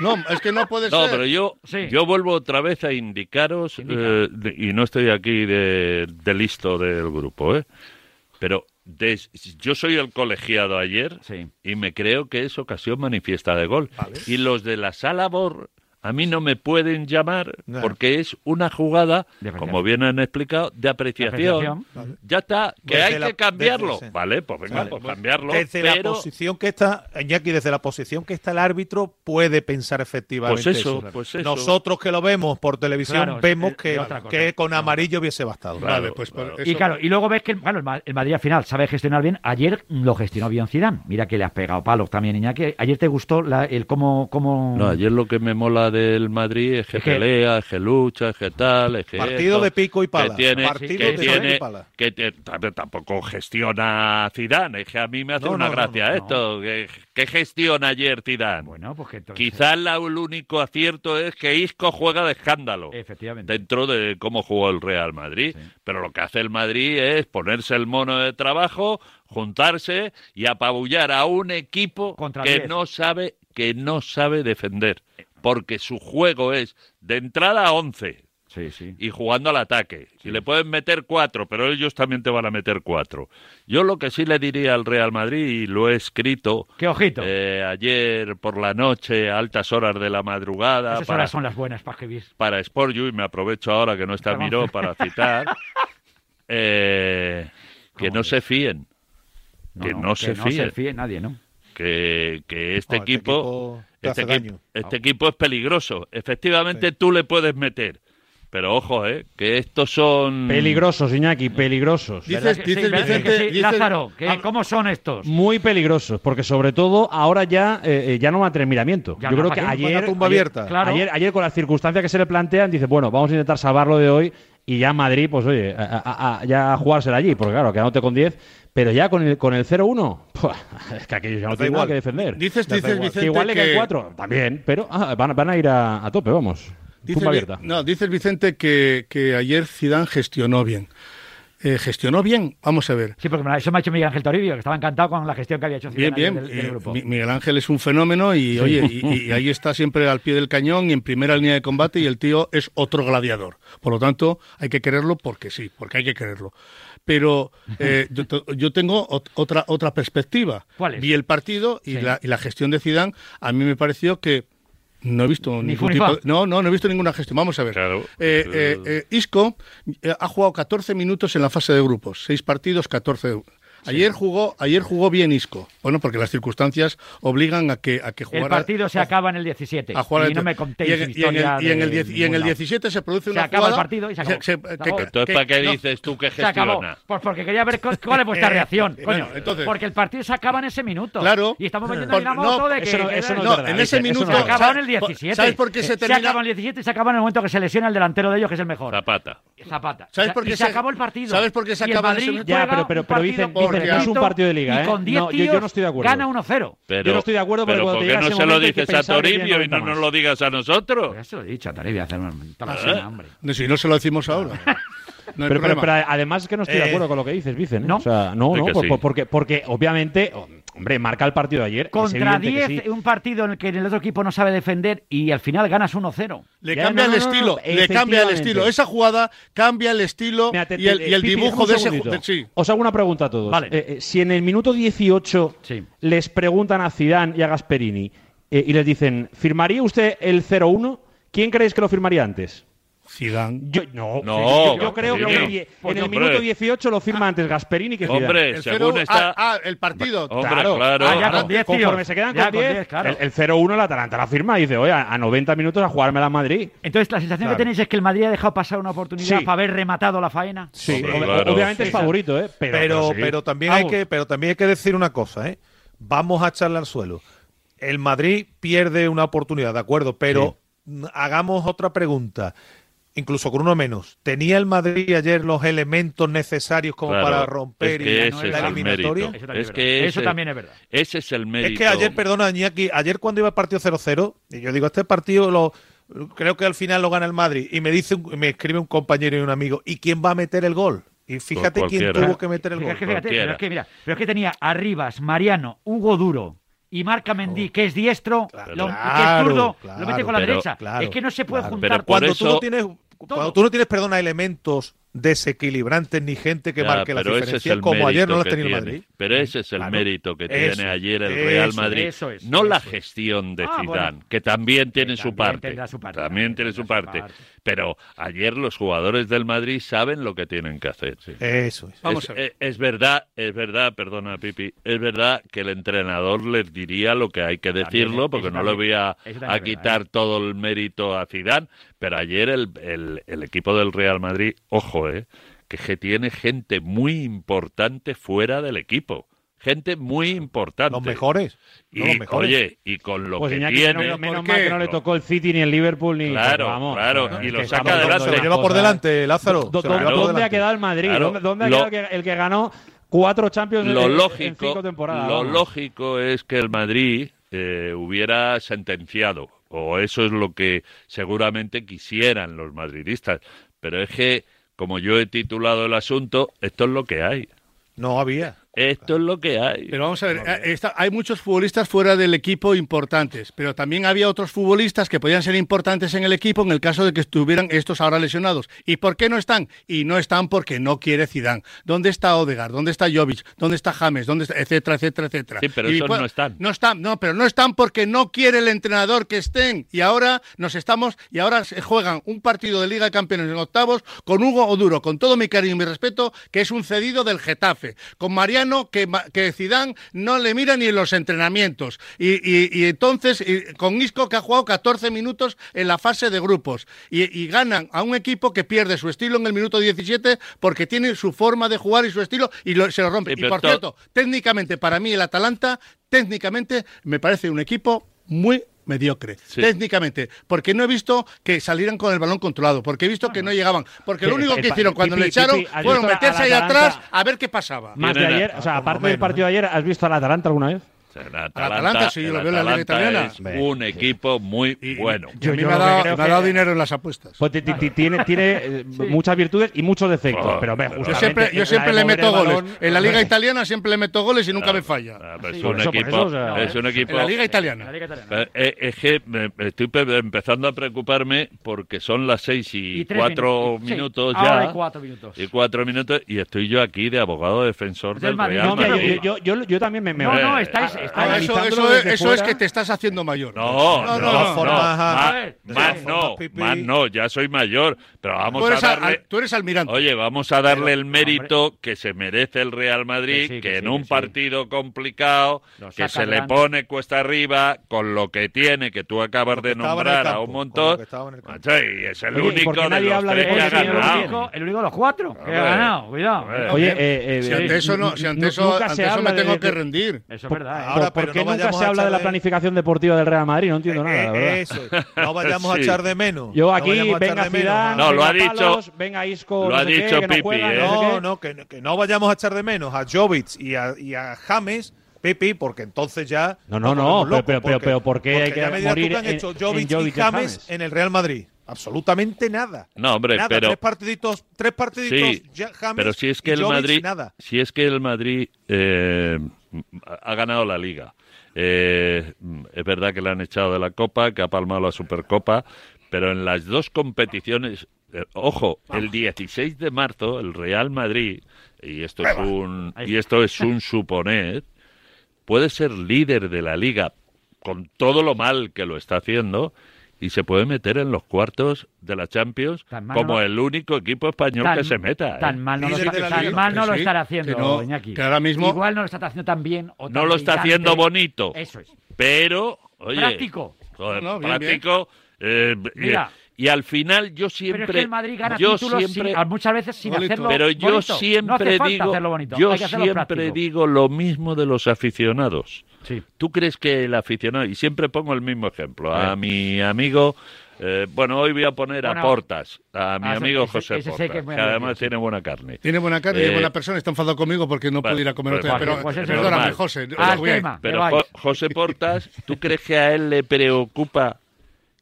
[SPEAKER 3] No, es que no puede
[SPEAKER 4] No,
[SPEAKER 3] ser.
[SPEAKER 4] pero yo,
[SPEAKER 2] Sí.
[SPEAKER 4] yo vuelvo otra vez a indicaros,
[SPEAKER 2] Indica.
[SPEAKER 4] eh, de- y no estoy aquí de, de listo del grupo, ¿eh? pero des- yo soy el colegiado ayer
[SPEAKER 2] Sí.
[SPEAKER 4] y me creo que es ocasión manifiesta de gol. Y los de la sala BOR a mí no me pueden llamar
[SPEAKER 6] No.
[SPEAKER 4] porque es una jugada,
[SPEAKER 2] De apreciación.
[SPEAKER 4] como bien han explicado, de apreciación.
[SPEAKER 2] apreciación.
[SPEAKER 4] Ya está, que
[SPEAKER 6] Desde
[SPEAKER 4] hay
[SPEAKER 6] la-
[SPEAKER 4] que cambiarlo.
[SPEAKER 6] desde- sí.
[SPEAKER 4] Vale, pues venga,
[SPEAKER 6] Vale.
[SPEAKER 4] pues cambiarlo.
[SPEAKER 6] Desde la
[SPEAKER 4] pero...
[SPEAKER 6] posición que está, Iñaki, desde la posición que está el árbitro, puede pensar efectivamente.
[SPEAKER 4] Pues eso, pues eso.
[SPEAKER 6] Nosotros que lo vemos por televisión,
[SPEAKER 2] Claro,
[SPEAKER 6] vemos
[SPEAKER 2] es-
[SPEAKER 6] que,
[SPEAKER 2] es otra cosa.
[SPEAKER 6] que con amarillo hubiese bastado.
[SPEAKER 4] Claro,
[SPEAKER 3] Vale, pues
[SPEAKER 4] claro.
[SPEAKER 3] por
[SPEAKER 2] Y
[SPEAKER 3] eso-
[SPEAKER 2] claro, y luego ves que el, claro, el Ma- el Madrid al final sabe gestionar bien. Ayer lo gestionó bien Zidane. Mira que le has pegado palos también, Iñaki. Ayer te gustó la- el cómo... cómo...
[SPEAKER 4] No, ayer lo que me mola del Madrid es
[SPEAKER 2] Mm.
[SPEAKER 4] que
[SPEAKER 2] Es que-
[SPEAKER 4] pelea, es que lucha, es que tal, es que
[SPEAKER 6] Partido
[SPEAKER 4] esto,
[SPEAKER 6] de pico y pala.
[SPEAKER 4] Que tiene,
[SPEAKER 6] Partido
[SPEAKER 4] que
[SPEAKER 6] de
[SPEAKER 4] tiene-
[SPEAKER 6] pico y pala.
[SPEAKER 4] que te- t- tampoco gestiona Zidane, es que a mí me hace
[SPEAKER 6] No,
[SPEAKER 4] una
[SPEAKER 6] no, no,
[SPEAKER 4] gracia
[SPEAKER 2] no,
[SPEAKER 4] esto, Que, que gestiona ayer Zidane.
[SPEAKER 2] Bueno, pues que entonces-
[SPEAKER 4] Quizás la- el único acierto es que Isco juega de escándalo
[SPEAKER 2] Efectivamente.
[SPEAKER 4] dentro de cómo jugó el Real Madrid. Pero lo que hace el Madrid es ponerse el mono de trabajo, juntarse y apabullar a un equipo
[SPEAKER 2] Contra
[SPEAKER 4] que
[SPEAKER 2] diez.
[SPEAKER 4] no sabe que no sabe defender, porque su juego es de entrada 11
[SPEAKER 2] Sí, sí.
[SPEAKER 4] y jugando al ataque. Y le pueden meter cuatro, pero ellos también te van a meter cuatro. Yo lo que sí le diría al Real Madrid y lo he escrito
[SPEAKER 2] Qué ojito.
[SPEAKER 4] eh, ayer por la noche, a altas horas de la madrugada,
[SPEAKER 2] Esas
[SPEAKER 4] para,
[SPEAKER 2] horas son las buenas para escribir.
[SPEAKER 4] para Sport You, y me aprovecho ahora que no está
[SPEAKER 2] Vamos.
[SPEAKER 4] Miró para citar, eh, que
[SPEAKER 2] ¿Cómo
[SPEAKER 4] no
[SPEAKER 2] es?
[SPEAKER 4] se fíen, que no, se fíen,
[SPEAKER 2] nadie, ¿no?
[SPEAKER 4] que, que este
[SPEAKER 6] No, este
[SPEAKER 4] equipo,
[SPEAKER 6] equipo te
[SPEAKER 4] este,
[SPEAKER 6] hace
[SPEAKER 4] equipo-
[SPEAKER 6] daño.
[SPEAKER 4] este equipo es peligroso. Efectivamente, tú le puedes meter. Pero ojo, eh, que estos son...
[SPEAKER 5] Peligrosos, Iñaki, peligrosos.
[SPEAKER 3] Dices,
[SPEAKER 2] Sí,
[SPEAKER 3] dices,
[SPEAKER 2] ¿verdad que
[SPEAKER 3] Vicente,
[SPEAKER 2] sí?
[SPEAKER 3] dices-
[SPEAKER 2] Lázaro, que-
[SPEAKER 3] Ah,
[SPEAKER 2] ¿cómo son estos?
[SPEAKER 5] Muy peligrosos, porque sobre todo ahora ya, eh, eh, ya no van a tener miramiento.
[SPEAKER 2] Ya
[SPEAKER 5] Yo
[SPEAKER 2] no,
[SPEAKER 5] creo
[SPEAKER 2] ¿para
[SPEAKER 5] que
[SPEAKER 2] qué?
[SPEAKER 5] ayer,
[SPEAKER 6] Una tumba
[SPEAKER 5] ayer-
[SPEAKER 6] abierta.
[SPEAKER 2] Claro.
[SPEAKER 5] ayer, ayer con las circunstancias que se le plantean, dice, bueno, vamos a intentar salvarlo de hoy y ya Madrid, pues oye, a, a- a- ya a jugársela allí, porque claro, quedándote con 10, pero ya con el, con el 0-1, puah, es que aquellos ya no
[SPEAKER 6] Da
[SPEAKER 5] tienen nada
[SPEAKER 6] igual.
[SPEAKER 5] que defender.
[SPEAKER 3] Dices,
[SPEAKER 6] Da
[SPEAKER 3] dices,
[SPEAKER 6] igual.
[SPEAKER 3] Vicente,
[SPEAKER 5] que igual le caen
[SPEAKER 3] que-
[SPEAKER 5] 4, también, pero ah, van, van a ir a, a tope, vamos.
[SPEAKER 3] Dice,
[SPEAKER 5] tumba
[SPEAKER 3] Vi-
[SPEAKER 5] abierta.
[SPEAKER 3] No, dices Vicente que, que ayer Zidane gestionó bien. Eh, gestionó bien, vamos a ver.
[SPEAKER 2] Sí, porque me la- eso me ha hecho Miguel Ángel Toribio, que estaba encantado con la gestión que había hecho
[SPEAKER 3] Bien,
[SPEAKER 2] Zidane
[SPEAKER 3] bien.
[SPEAKER 2] ayer Del, del
[SPEAKER 3] Eh,
[SPEAKER 2] grupo.
[SPEAKER 3] Mi- Miguel Ángel es un fenómeno y oye, y, y ahí está siempre al pie del cañón y en primera línea de combate y el tío es otro gladiador. Por lo tanto, hay que quererlo porque sí, porque hay que quererlo. pero eh, yo, to- yo tengo ot- otra otra perspectiva.
[SPEAKER 2] ¿Cuál es?
[SPEAKER 3] Vi el partido y,
[SPEAKER 2] Sí.
[SPEAKER 3] la, y la gestión de Zidane a mí me pareció que no he visto
[SPEAKER 2] Ni fu
[SPEAKER 3] ningún
[SPEAKER 2] ni
[SPEAKER 3] tipo
[SPEAKER 2] fa.
[SPEAKER 3] de- no, no, no he visto ninguna gestión. Vamos a ver.
[SPEAKER 4] Claro.
[SPEAKER 3] Eh, eh, eh, Isco eh, ha jugado 14 minutos en la fase de grupos, seis partidos, 14. de- Ayer jugó, ayer jugó bien Isco. Bueno, porque las circunstancias obligan a que a que jugara.
[SPEAKER 2] El partido se
[SPEAKER 3] a-
[SPEAKER 2] acaba en el 17.
[SPEAKER 3] a jugar
[SPEAKER 2] y
[SPEAKER 3] al-
[SPEAKER 2] no me contéis
[SPEAKER 3] y en, y en el,
[SPEAKER 2] historia
[SPEAKER 3] y en
[SPEAKER 2] de
[SPEAKER 3] el diez- y en
[SPEAKER 2] ningún
[SPEAKER 3] el
[SPEAKER 2] lado.
[SPEAKER 3] 17 se produce
[SPEAKER 2] Se
[SPEAKER 3] una
[SPEAKER 2] acaba el
[SPEAKER 3] jugada-
[SPEAKER 2] partido y se acabó. Se acabó.
[SPEAKER 4] Entonces, ¿para qué
[SPEAKER 3] no,
[SPEAKER 4] dices tú que
[SPEAKER 2] Se acabó.
[SPEAKER 4] gestiona?
[SPEAKER 2] Pues porque quería ver cu- cuál es vuestra reacción.
[SPEAKER 3] Eh,
[SPEAKER 2] Coño,
[SPEAKER 3] bueno, entonces-
[SPEAKER 2] porque el partido se acaba en ese minuto.
[SPEAKER 3] Claro.
[SPEAKER 2] Y estamos metiendo
[SPEAKER 3] Por-
[SPEAKER 2] en la
[SPEAKER 3] no,
[SPEAKER 2] moto de que.
[SPEAKER 5] eso no-
[SPEAKER 2] que-
[SPEAKER 5] eso no es
[SPEAKER 3] No,
[SPEAKER 5] verdad,
[SPEAKER 3] en
[SPEAKER 5] dice,
[SPEAKER 3] ese
[SPEAKER 5] eso
[SPEAKER 3] minuto.
[SPEAKER 5] no
[SPEAKER 2] se
[SPEAKER 5] es
[SPEAKER 2] acaba
[SPEAKER 3] ¿sabes-
[SPEAKER 2] en el
[SPEAKER 3] por-
[SPEAKER 2] 17.
[SPEAKER 3] ¿Sabes por qué se
[SPEAKER 2] Se acaba en
[SPEAKER 3] termina?
[SPEAKER 2] el 17 y se acaba en el momento que se lesiona el delantero de ellos, que es el mejor.
[SPEAKER 4] Zapata.
[SPEAKER 2] Zapata.
[SPEAKER 3] ¿Sabes
[SPEAKER 2] O sea,
[SPEAKER 3] por
[SPEAKER 2] y
[SPEAKER 3] qué
[SPEAKER 2] se
[SPEAKER 3] se-
[SPEAKER 2] acabó el partido?
[SPEAKER 3] ¿Sabes por qué se
[SPEAKER 2] Y el
[SPEAKER 3] acaba en ese
[SPEAKER 2] Madrid
[SPEAKER 3] minuto?
[SPEAKER 2] juega
[SPEAKER 5] Ya, pero- pero-
[SPEAKER 2] un
[SPEAKER 5] pero
[SPEAKER 2] partido
[SPEAKER 5] dicen-
[SPEAKER 2] por
[SPEAKER 3] dicen, no es
[SPEAKER 5] un
[SPEAKER 2] Cristo
[SPEAKER 5] partido de liga,
[SPEAKER 2] y
[SPEAKER 5] ¿eh?
[SPEAKER 2] con 10
[SPEAKER 5] No, yo- yo no
[SPEAKER 2] tíos
[SPEAKER 5] estoy de acuerdo.
[SPEAKER 2] Gana 1-0.
[SPEAKER 4] Pero,
[SPEAKER 5] Yo no estoy de acuerdo,
[SPEAKER 4] pero
[SPEAKER 5] pero cuando
[SPEAKER 4] ¿por
[SPEAKER 5] te
[SPEAKER 4] qué
[SPEAKER 5] llega
[SPEAKER 4] no
[SPEAKER 5] ese
[SPEAKER 4] se lo
[SPEAKER 5] momento hay que
[SPEAKER 4] dices a
[SPEAKER 5] pensar bien
[SPEAKER 4] Toribio y no
[SPEAKER 5] ahorita
[SPEAKER 4] nos
[SPEAKER 5] más.
[SPEAKER 4] lo digas a nosotros?
[SPEAKER 2] Ya se lo he dicho a Tarek, voy a hacer una toda
[SPEAKER 3] eh,
[SPEAKER 2] la cena, hombre.
[SPEAKER 3] No, si no se lo decimos ahora. No hay
[SPEAKER 5] pero, pero-
[SPEAKER 3] problema.
[SPEAKER 5] pero además es que no estoy de
[SPEAKER 6] Eh,
[SPEAKER 5] acuerdo con lo que dices, Vicen. ¿eh?
[SPEAKER 2] ¿no?
[SPEAKER 5] O sea, no,
[SPEAKER 4] Sí
[SPEAKER 5] no,
[SPEAKER 4] que
[SPEAKER 5] por-
[SPEAKER 4] sí.
[SPEAKER 5] por- porque, porque obviamente, oh, hombre, marca el partido de ayer. es
[SPEAKER 2] Contra
[SPEAKER 5] evidente que
[SPEAKER 2] 10,
[SPEAKER 5] sí.
[SPEAKER 2] un partido en el que el otro equipo no sabe defender y al final ganas 1-0.
[SPEAKER 3] le
[SPEAKER 5] ya,
[SPEAKER 3] cambia
[SPEAKER 5] no,
[SPEAKER 3] el
[SPEAKER 5] no, no,
[SPEAKER 3] estilo,
[SPEAKER 5] no,
[SPEAKER 3] le cambia el
[SPEAKER 5] efectivamente.
[SPEAKER 3] estilo. Esa jugada cambia el estilo
[SPEAKER 5] Mira, te-
[SPEAKER 3] y el,
[SPEAKER 5] te-
[SPEAKER 3] y el
[SPEAKER 5] Pipi,
[SPEAKER 3] dibujo
[SPEAKER 5] un
[SPEAKER 3] de ese
[SPEAKER 5] segundito.
[SPEAKER 3] ju- de- sí.
[SPEAKER 5] Os hago una pregunta a todos.
[SPEAKER 2] Vale.
[SPEAKER 5] Eh, eh, si en el minuto 18
[SPEAKER 2] Sí.
[SPEAKER 5] les preguntan a Zidane y a Gasperini eh, y les dicen, ¿firmaría usted el 0-1? ¿Quién creéis que lo firmaría antes?
[SPEAKER 3] Zidane.
[SPEAKER 5] Yo, no,
[SPEAKER 4] No,
[SPEAKER 5] yo- yo, creo que
[SPEAKER 4] Gasperini.
[SPEAKER 5] en el-
[SPEAKER 4] Pues
[SPEAKER 5] en el
[SPEAKER 4] hombre.
[SPEAKER 5] minuto 18 lo
[SPEAKER 2] Ah.
[SPEAKER 5] firma antes Gasperini que Zidane.
[SPEAKER 4] Hombre,
[SPEAKER 3] El
[SPEAKER 4] según
[SPEAKER 3] cero-
[SPEAKER 4] está...
[SPEAKER 3] ah,
[SPEAKER 4] oh,
[SPEAKER 3] ah, el partido.
[SPEAKER 4] Hombre,
[SPEAKER 5] Claro,
[SPEAKER 4] claro.
[SPEAKER 2] Ah, ya
[SPEAKER 5] Claro,
[SPEAKER 2] con 10, tío.
[SPEAKER 5] conforme se quedan
[SPEAKER 2] Ya
[SPEAKER 5] con
[SPEAKER 2] con
[SPEAKER 5] 10,
[SPEAKER 2] 10, claro.
[SPEAKER 5] el, el 0-1 el Atalanta la firma y dice, oye, a 90 minutos a jugármela a Madrid.
[SPEAKER 2] Entonces, la sensación
[SPEAKER 5] Claro.
[SPEAKER 2] que tenéis es que el Madrid ha dejado pasar una oportunidad
[SPEAKER 5] Sí.
[SPEAKER 2] para haber rematado la faena.
[SPEAKER 5] Sí,
[SPEAKER 4] Hombre,
[SPEAKER 5] ob-
[SPEAKER 4] claro.
[SPEAKER 5] obviamente
[SPEAKER 2] Sí,
[SPEAKER 5] es favorito, ¿eh? Pero,
[SPEAKER 6] pero,
[SPEAKER 5] pero sí.
[SPEAKER 6] pero también
[SPEAKER 5] Vamos.
[SPEAKER 6] hay que, pero también hay que decir una cosa, ¿eh? Vamos a echarle al suelo. El Madrid pierde una oportunidad, de acuerdo, pero mm, hagamos otra pregunta. Incluso con uno menos. ¿Tenía el Madrid ayer los elementos necesarios como
[SPEAKER 4] Claro,
[SPEAKER 6] para
[SPEAKER 4] es
[SPEAKER 6] romper y
[SPEAKER 4] que
[SPEAKER 6] ganar
[SPEAKER 4] ese
[SPEAKER 6] la
[SPEAKER 4] es el
[SPEAKER 6] eliminatoria?
[SPEAKER 4] mérito.
[SPEAKER 2] Eso también
[SPEAKER 4] Es
[SPEAKER 2] es
[SPEAKER 4] que
[SPEAKER 2] verdad. Eso
[SPEAKER 4] ese-
[SPEAKER 2] también es verdad.
[SPEAKER 4] Ese es el mérito.
[SPEAKER 6] Es que ayer, perdona, Iñaki, ayer cuando iba el partido 0-0, y yo digo, este partido lo creo que al final lo gana el Madrid, y me dice un- me escribe un compañero y un amigo, ¿y quién va a meter el gol? Y fíjate quién
[SPEAKER 4] cualquiera.
[SPEAKER 6] tuvo que meter el
[SPEAKER 2] Pero
[SPEAKER 6] gol.
[SPEAKER 2] es que, fíjate,
[SPEAKER 4] cualquiera.
[SPEAKER 2] pero es que, mira, pero es que tenía Arribas, Mariano, Hugo Duro y Marca Mendí, que es diestro, lo, y que es
[SPEAKER 6] Oh. claro,
[SPEAKER 2] zurdo,
[SPEAKER 6] claro.
[SPEAKER 2] lo mete con la
[SPEAKER 4] Pero,
[SPEAKER 2] derecha.
[SPEAKER 6] claro,
[SPEAKER 2] es que no se puede
[SPEAKER 6] claro.
[SPEAKER 2] juntar
[SPEAKER 4] Pero por
[SPEAKER 2] cuatro.
[SPEAKER 6] cuando, tú
[SPEAKER 4] eso-
[SPEAKER 6] no tienes,
[SPEAKER 2] Todo.
[SPEAKER 6] cuando tú no tienes, perdona, elementos desequilibrantes ni gente que
[SPEAKER 4] Ya,
[SPEAKER 6] marque la
[SPEAKER 4] pero ese
[SPEAKER 6] diferencia,
[SPEAKER 4] es el
[SPEAKER 6] como ayer
[SPEAKER 4] mérito
[SPEAKER 6] no las
[SPEAKER 4] que
[SPEAKER 6] tenía el
[SPEAKER 4] tiene.
[SPEAKER 6] Madrid.
[SPEAKER 4] Pero ese es el
[SPEAKER 6] Claro.
[SPEAKER 4] mérito que
[SPEAKER 6] Eso,
[SPEAKER 4] tiene ayer el
[SPEAKER 6] eso,
[SPEAKER 4] Real Madrid.
[SPEAKER 2] eso es,
[SPEAKER 4] no la
[SPEAKER 2] eso es.
[SPEAKER 4] gestión de
[SPEAKER 2] Ah,
[SPEAKER 4] Zidane,
[SPEAKER 2] bueno.
[SPEAKER 4] que también tiene
[SPEAKER 2] Que
[SPEAKER 4] su,
[SPEAKER 2] también
[SPEAKER 4] parte,
[SPEAKER 2] tendrá su parte,
[SPEAKER 4] También tiene su parte. Pero ayer los jugadores del Madrid saben lo que tienen que hacer.
[SPEAKER 6] Eso es.
[SPEAKER 3] Vamos
[SPEAKER 4] es,
[SPEAKER 3] a ver.
[SPEAKER 4] eh, Es, verdad, es verdad, perdona Pipi, es verdad que el entrenador les diría lo que hay que decirlo,
[SPEAKER 2] eso
[SPEAKER 4] porque no
[SPEAKER 2] también,
[SPEAKER 4] le voy a,
[SPEAKER 2] eso también
[SPEAKER 4] a
[SPEAKER 2] es verdad,
[SPEAKER 4] quitar todo el mérito a Zidane, pero ayer el, el- el equipo del Real Madrid, ojo, eh, que je- tiene gente muy importante fuera del equipo. Gente muy importante.
[SPEAKER 6] Los mejores.
[SPEAKER 4] Y,
[SPEAKER 6] no los mejores.
[SPEAKER 4] Oye, y con lo
[SPEAKER 5] Pues
[SPEAKER 4] que
[SPEAKER 5] Iñaki,
[SPEAKER 4] tiene...
[SPEAKER 5] menos, menos
[SPEAKER 3] ¿por
[SPEAKER 5] mal que
[SPEAKER 3] qué?
[SPEAKER 5] no le tocó el City ni el Liverpool ni...
[SPEAKER 4] Claro,
[SPEAKER 5] pues vamos,
[SPEAKER 4] claro,
[SPEAKER 5] pues,
[SPEAKER 4] y
[SPEAKER 5] es
[SPEAKER 4] lo
[SPEAKER 5] que
[SPEAKER 4] saca
[SPEAKER 5] estamos hablando
[SPEAKER 4] adelante.
[SPEAKER 5] de
[SPEAKER 6] Se lo lleva por
[SPEAKER 5] cosas.
[SPEAKER 6] delante, Lázaro.
[SPEAKER 5] Do- do-
[SPEAKER 6] Se lo lleva por
[SPEAKER 5] ¿Dónde ha
[SPEAKER 6] delante.
[SPEAKER 5] quedado el Madrid?
[SPEAKER 4] Claro.
[SPEAKER 5] ¿Dónde, dónde ha
[SPEAKER 4] Lo-
[SPEAKER 5] quedado que- el que ganó cuatro Champions en-
[SPEAKER 4] lo
[SPEAKER 5] en,
[SPEAKER 4] lógico,
[SPEAKER 5] en cinco temporadas?
[SPEAKER 4] Lo
[SPEAKER 5] vamos?
[SPEAKER 4] lógico es que el Madrid eh, hubiera sentenciado, o eso es lo que seguramente quisieran los madridistas. Pero es que, como yo he titulado el asunto, esto es lo que hay.
[SPEAKER 6] No había.
[SPEAKER 4] Esto es lo que hay.
[SPEAKER 3] Pero vamos a ver, eh, está- hay muchos futbolistas fuera del equipo importantes, pero también había otros futbolistas que podían ser importantes en el equipo en el caso de que estuvieran estos ahora lesionados. ¿Y por qué no están? Y no están porque no quiere Zidane. ¿Dónde está Odegaard? ¿Dónde está Jovic? ¿Dónde está James? ¿Dónde está etcétera, etcétera, etcétera?
[SPEAKER 4] Sí, pero
[SPEAKER 3] Y
[SPEAKER 4] esos
[SPEAKER 3] pues,
[SPEAKER 4] no están.
[SPEAKER 3] No están, no, pero no están porque no quiere el entrenador que estén. Y ahora nos estamos y ahora se juegan un partido de Liga de Campeones en octavos con Hugo Oduro, con todo mi cariño y mi respeto, que es un cedido del Getafe, con Mariano que Ma- que Zidane no le mira ni en los entrenamientos. Y, y- y entonces y con Isco que ha jugado 14 minutos en la fase de grupos y, y ganan a un equipo que pierde su estilo en el minuto 17 porque tiene su forma de jugar y su estilo y lo- se lo rompe.
[SPEAKER 4] Sí,
[SPEAKER 3] Y
[SPEAKER 4] pero
[SPEAKER 3] por
[SPEAKER 4] to-
[SPEAKER 3] cierto, técnicamente para mí el Atalanta técnicamente me parece un equipo muy mediocre
[SPEAKER 4] Sí.
[SPEAKER 3] técnicamente porque no he visto que salieran con el balón controlado porque he visto que no llegaban porque lo
[SPEAKER 5] El-
[SPEAKER 3] único
[SPEAKER 5] el
[SPEAKER 3] que
[SPEAKER 5] eh, pa-
[SPEAKER 3] hicieron cuando
[SPEAKER 5] Pipi,
[SPEAKER 3] le echaron
[SPEAKER 5] Pipi, ¿has
[SPEAKER 3] fueron
[SPEAKER 5] visto a la
[SPEAKER 3] meterse ahí
[SPEAKER 5] Atalanta?
[SPEAKER 3] atrás a ver qué pasaba
[SPEAKER 5] Más de
[SPEAKER 4] Tienen-
[SPEAKER 5] ayer, o sea,
[SPEAKER 6] Ah, por lo
[SPEAKER 5] aparte del
[SPEAKER 6] menos,
[SPEAKER 5] partido de ayer, ¿has visto al Atalanta alguna vez?
[SPEAKER 4] O sea, el
[SPEAKER 3] Al Atalanta, sí, yo
[SPEAKER 4] el
[SPEAKER 3] lo veo en la liga
[SPEAKER 4] Atalanta
[SPEAKER 3] italiana.
[SPEAKER 4] es un equipo muy
[SPEAKER 3] Y-
[SPEAKER 4] bueno.
[SPEAKER 3] y a mí
[SPEAKER 5] Yo- yo
[SPEAKER 3] me, ha
[SPEAKER 5] lo que
[SPEAKER 3] dado,
[SPEAKER 5] creo
[SPEAKER 3] me ha
[SPEAKER 5] que-
[SPEAKER 3] dado dinero en las apuestas.
[SPEAKER 5] Pues ti- ti- ti- tiene tiene eh, muchas virtudes y muchos defectos,
[SPEAKER 4] Joder,
[SPEAKER 5] pero ve,
[SPEAKER 4] yo
[SPEAKER 3] Yo
[SPEAKER 5] justamente
[SPEAKER 3] siempre, yo
[SPEAKER 5] la
[SPEAKER 3] siempre
[SPEAKER 5] de
[SPEAKER 3] le
[SPEAKER 5] mover
[SPEAKER 3] meto
[SPEAKER 5] el
[SPEAKER 3] goles.
[SPEAKER 5] balón-
[SPEAKER 3] en la liga
[SPEAKER 5] Hombre,
[SPEAKER 3] italiana siempre le meto goles y nunca me falla.
[SPEAKER 4] Ah, pues
[SPEAKER 5] Sí,
[SPEAKER 4] es,
[SPEAKER 5] por
[SPEAKER 4] un
[SPEAKER 5] eso, por eso,
[SPEAKER 4] equipo,
[SPEAKER 5] o sea,
[SPEAKER 4] es un equipo.
[SPEAKER 3] En la liga
[SPEAKER 2] La
[SPEAKER 3] italiana.
[SPEAKER 2] Liga Italiana.
[SPEAKER 4] Eh, eh, es que me- me estoy pe- empezando a preocuparme porque son las seis y,
[SPEAKER 2] Y tres
[SPEAKER 4] cuatro
[SPEAKER 2] minu- sí,
[SPEAKER 4] minutos ya.
[SPEAKER 2] ahora hay cuatro minutos.
[SPEAKER 4] Y cuatro minutos y estoy yo aquí de abogado defensor
[SPEAKER 2] Del
[SPEAKER 4] del
[SPEAKER 2] Madrid.
[SPEAKER 4] Real
[SPEAKER 5] No, mira,
[SPEAKER 4] Madrid.
[SPEAKER 5] yo, yo, yo, yo también me, me
[SPEAKER 2] No, no,
[SPEAKER 4] eh,
[SPEAKER 2] estáis.
[SPEAKER 4] ah,
[SPEAKER 2] estáis
[SPEAKER 3] Ah, eso
[SPEAKER 5] analizándolo
[SPEAKER 3] eso, es,
[SPEAKER 5] desde
[SPEAKER 3] eso es
[SPEAKER 5] fuera.
[SPEAKER 3] que te estás haciendo mayor.
[SPEAKER 4] No, no,
[SPEAKER 3] No,
[SPEAKER 4] no,
[SPEAKER 3] no,
[SPEAKER 4] no,
[SPEAKER 3] no.
[SPEAKER 6] Ajá.
[SPEAKER 4] más,
[SPEAKER 2] De
[SPEAKER 4] más
[SPEAKER 6] todas
[SPEAKER 4] no,
[SPEAKER 6] formas, Pipi.
[SPEAKER 4] más no, ya soy mayor, pero vamos
[SPEAKER 3] Tú eres,
[SPEAKER 4] a
[SPEAKER 3] al-
[SPEAKER 4] darle,
[SPEAKER 3] tú eres almirante.
[SPEAKER 4] oye, vamos a darle el mérito que se merece el Real Madrid,
[SPEAKER 2] Que
[SPEAKER 4] que,
[SPEAKER 2] sí, que
[SPEAKER 4] en
[SPEAKER 2] sí,
[SPEAKER 4] un
[SPEAKER 2] que sí.
[SPEAKER 4] partido complicado,
[SPEAKER 2] Lo
[SPEAKER 4] que
[SPEAKER 2] saca
[SPEAKER 4] se le
[SPEAKER 2] adelante.
[SPEAKER 4] pone cuesta arriba, con lo que tiene, que tú acabas de
[SPEAKER 6] Con lo que estaba en el
[SPEAKER 4] nombrar a
[SPEAKER 6] campo,
[SPEAKER 4] un
[SPEAKER 6] con lo
[SPEAKER 4] montón,
[SPEAKER 6] que estaba en el campo.
[SPEAKER 4] macho, y es el
[SPEAKER 5] Oye, ¿y
[SPEAKER 4] único
[SPEAKER 5] por qué
[SPEAKER 4] de
[SPEAKER 5] nadie
[SPEAKER 4] los
[SPEAKER 5] habla de
[SPEAKER 4] tres que ha
[SPEAKER 5] Messi?
[SPEAKER 2] el,
[SPEAKER 4] ganado.
[SPEAKER 2] único, el único de los cuatro que ha
[SPEAKER 4] Hombre.
[SPEAKER 2] ganado, cuidado.
[SPEAKER 4] Hombre.
[SPEAKER 5] Oye, eh, eh,
[SPEAKER 3] Si
[SPEAKER 5] eh,
[SPEAKER 3] ante eso, no, si
[SPEAKER 5] nu-
[SPEAKER 3] ante
[SPEAKER 5] nu-
[SPEAKER 3] eso,
[SPEAKER 5] nunca
[SPEAKER 3] ante
[SPEAKER 5] se
[SPEAKER 3] eso
[SPEAKER 5] habla
[SPEAKER 3] me
[SPEAKER 5] de-
[SPEAKER 3] tengo
[SPEAKER 5] de-
[SPEAKER 3] que rendir.
[SPEAKER 2] Eso es verdad. ¿eh?
[SPEAKER 5] ¿Por-
[SPEAKER 6] Ahora,
[SPEAKER 5] ¿Por
[SPEAKER 6] pero
[SPEAKER 5] qué
[SPEAKER 6] no
[SPEAKER 5] nunca
[SPEAKER 6] vayamos
[SPEAKER 5] se
[SPEAKER 6] a
[SPEAKER 5] habla de la
[SPEAKER 6] echarle-
[SPEAKER 5] planificación deportiva del Real Madrid? No entiendo nada, la verdad.
[SPEAKER 6] Eh, Eso, es. no vayamos
[SPEAKER 4] Sí.
[SPEAKER 6] a echar de menos.
[SPEAKER 5] Yo
[SPEAKER 6] no
[SPEAKER 5] aquí,
[SPEAKER 6] vayamos a echar
[SPEAKER 5] venga
[SPEAKER 6] de menos,
[SPEAKER 5] Zidane,
[SPEAKER 4] No, lo
[SPEAKER 5] venga
[SPEAKER 4] ha dicho-
[SPEAKER 5] Palos, venga Isco,
[SPEAKER 4] lo
[SPEAKER 5] no
[SPEAKER 4] ha
[SPEAKER 5] sé qué,
[SPEAKER 4] dicho
[SPEAKER 5] que no
[SPEAKER 4] Pipi,
[SPEAKER 5] juegan,
[SPEAKER 4] ¿eh?
[SPEAKER 5] no sé
[SPEAKER 6] No,
[SPEAKER 5] qué.
[SPEAKER 6] no, que, que no vayamos a echar de menos a Jovic y a, y a James, Pipi, porque entonces ya.
[SPEAKER 5] No, no,
[SPEAKER 6] nos
[SPEAKER 5] no, pero-
[SPEAKER 6] volvemos locos,
[SPEAKER 5] pero- pero-
[SPEAKER 6] porque-
[SPEAKER 5] pero ¿por qué hay
[SPEAKER 6] porque
[SPEAKER 5] que
[SPEAKER 6] ya me dirás tú
[SPEAKER 5] morir
[SPEAKER 6] que han
[SPEAKER 5] en-
[SPEAKER 6] hecho
[SPEAKER 5] en
[SPEAKER 6] Jovic,
[SPEAKER 5] Jovic y
[SPEAKER 6] y James,
[SPEAKER 5] James?
[SPEAKER 6] en el Real Madrid? Absolutamente nada.
[SPEAKER 4] No, hombre,
[SPEAKER 6] Nada,
[SPEAKER 4] pero-
[SPEAKER 6] Tres partiditos, tres partiditos,
[SPEAKER 4] Sí,
[SPEAKER 6] ya James.
[SPEAKER 4] pero si es que
[SPEAKER 6] y
[SPEAKER 4] el
[SPEAKER 6] Jovic,
[SPEAKER 4] Madrid,
[SPEAKER 6] Nada.
[SPEAKER 4] si es que el Madrid eh, ha ganado la Liga, Eh, es verdad que le han echado de la Copa, que ha palmado la Supercopa, pero en las dos competiciones, eh, ojo, el 16 de marzo el Real Madrid y esto es un y esto es un suponer puede ser líder de la Liga con todo lo mal que lo está haciendo. Y se puede meter en los cuartos de la Champions
[SPEAKER 2] Tan mal
[SPEAKER 4] como
[SPEAKER 2] no-
[SPEAKER 4] el único equipo español español que se meta. ¿eh?
[SPEAKER 2] tan mal no, lo,
[SPEAKER 6] Líder
[SPEAKER 2] está-
[SPEAKER 6] de la
[SPEAKER 2] tan
[SPEAKER 6] liga.
[SPEAKER 2] mal no
[SPEAKER 3] Que
[SPEAKER 2] lo
[SPEAKER 3] sí,
[SPEAKER 2] estará
[SPEAKER 3] que
[SPEAKER 2] haciendo,
[SPEAKER 3] no,
[SPEAKER 2] Iñaki.
[SPEAKER 3] que ahora mismo-
[SPEAKER 2] Igual no lo está haciendo tan bien. O
[SPEAKER 4] no
[SPEAKER 2] tan
[SPEAKER 4] lo está
[SPEAKER 2] brillante.
[SPEAKER 4] haciendo bonito.
[SPEAKER 2] Eso es.
[SPEAKER 4] Pero, oye.
[SPEAKER 2] Práctico.
[SPEAKER 4] joder,
[SPEAKER 3] No, bien,
[SPEAKER 4] práctico. eh, y-
[SPEAKER 2] Mira.
[SPEAKER 4] y al final yo siempre.
[SPEAKER 2] Pero es que el Madrid gana
[SPEAKER 4] yo
[SPEAKER 2] títulos sin-
[SPEAKER 4] siempre,
[SPEAKER 2] a- muchas veces sin
[SPEAKER 3] Bonito.
[SPEAKER 2] hacerlo
[SPEAKER 4] Pero yo
[SPEAKER 2] bonito. no hace
[SPEAKER 4] siempre
[SPEAKER 2] falta
[SPEAKER 4] digo.
[SPEAKER 2] hacerlo bonito,
[SPEAKER 4] Yo
[SPEAKER 2] hay que hacerlo
[SPEAKER 4] siempre
[SPEAKER 2] práctico.
[SPEAKER 4] digo lo mismo de los aficionados.
[SPEAKER 2] Sí.
[SPEAKER 4] ¿Tú crees que el aficionado, y siempre pongo el mismo ejemplo, a mi amigo, eh, bueno, hoy voy a poner a
[SPEAKER 2] Eh. Bueno,
[SPEAKER 4] Portas, a mi
[SPEAKER 2] ah, ese-
[SPEAKER 4] amigo
[SPEAKER 2] ese-
[SPEAKER 4] José
[SPEAKER 2] ese sé que es
[SPEAKER 4] Portas, que,
[SPEAKER 2] muy amigo,
[SPEAKER 4] además
[SPEAKER 2] sí.
[SPEAKER 4] tiene buena carne.
[SPEAKER 3] Tiene buena carne y
[SPEAKER 4] Eh,
[SPEAKER 3] es buena persona. Está enfadado conmigo porque no
[SPEAKER 4] vale,
[SPEAKER 3] pude ir a comer
[SPEAKER 4] pues
[SPEAKER 3] otro día,
[SPEAKER 4] vale,
[SPEAKER 3] Pero,
[SPEAKER 2] pues es
[SPEAKER 3] perdóname,
[SPEAKER 4] normal.
[SPEAKER 3] José. no
[SPEAKER 5] Ah,
[SPEAKER 2] Al
[SPEAKER 3] voy a ir.
[SPEAKER 2] tema.
[SPEAKER 4] Pero
[SPEAKER 2] Pero
[SPEAKER 4] Jo-
[SPEAKER 2] hay-
[SPEAKER 4] José Portas, ¿tú crees que a él le preocupa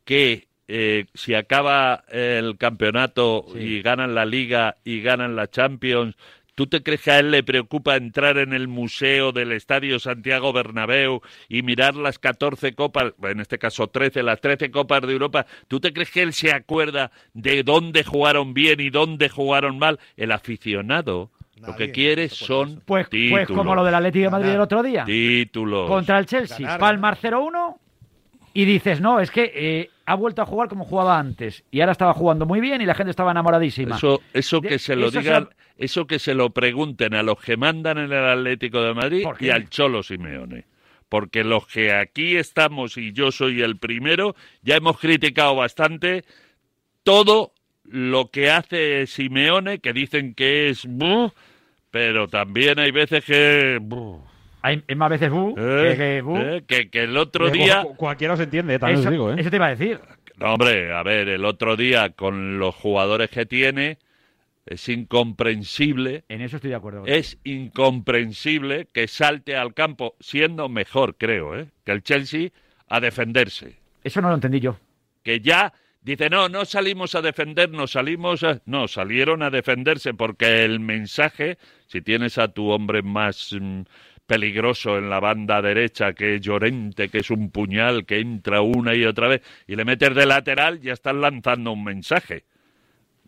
[SPEAKER 4] que eh, si acaba el campeonato y ganan la Liga y ganan la Champions, ¿tú te crees que a él le preocupa entrar en el museo del Estadio Santiago Bernabéu y mirar las 14 copas, en este caso 13, las 13 copas de Europa? ¿Tú te crees que él se acuerda de dónde jugaron bien y dónde jugaron mal? El aficionado lo
[SPEAKER 6] Nadie,
[SPEAKER 4] que quiere
[SPEAKER 6] por supuesto.
[SPEAKER 4] son
[SPEAKER 2] Pues, pues
[SPEAKER 4] títulos.
[SPEAKER 2] como lo del Atlético de Madrid del otro día.
[SPEAKER 4] Títulos.
[SPEAKER 2] contra el Chelsea,
[SPEAKER 6] Ganar,
[SPEAKER 2] Palmar 0-1 y dices, no, es que eh, ha vuelto a jugar como jugaba antes y ahora estaba jugando muy bien y la gente estaba enamoradísima.
[SPEAKER 4] Eso, eso
[SPEAKER 2] De-
[SPEAKER 4] que se lo
[SPEAKER 2] eso se
[SPEAKER 4] digan,
[SPEAKER 2] lo-
[SPEAKER 4] eso que se lo pregunten a los que mandan en el Atlético de Madrid
[SPEAKER 2] ¿Por qué?
[SPEAKER 4] y al Cholo Simeone. Porque los que aquí estamos y yo soy el primero, ya hemos criticado bastante todo lo que hace Simeone, que dicen que es buh, pero también hay veces que buh,
[SPEAKER 2] Hay, hay más veces "Uh, bu,
[SPEAKER 4] eh,
[SPEAKER 2] que, que bu.
[SPEAKER 4] eh, que- que el otro
[SPEAKER 5] Eh,
[SPEAKER 4] día
[SPEAKER 5] cu- Cualquiera os entiende, eh, también
[SPEAKER 2] Eso,
[SPEAKER 5] os digo, ¿eh?
[SPEAKER 2] eso te iba a decir.
[SPEAKER 4] No, hombre, a ver, el otro día con los jugadores que tiene es incomprensible,
[SPEAKER 2] En eso estoy de acuerdo. contigo.
[SPEAKER 4] es incomprensible que salte al campo siendo mejor, creo, ¿eh? que el Chelsea a defenderse.
[SPEAKER 2] Eso no lo entendí yo.
[SPEAKER 4] Que ya dice, no, no salimos a defendernos, salimos a... No, salieron a defenderse porque el mensaje, si tienes a tu hombre más mm, peligroso en la banda derecha, que es Llorente, que es un puñal, que entra una y otra vez, y le metes de lateral, ya estás lanzando un mensaje.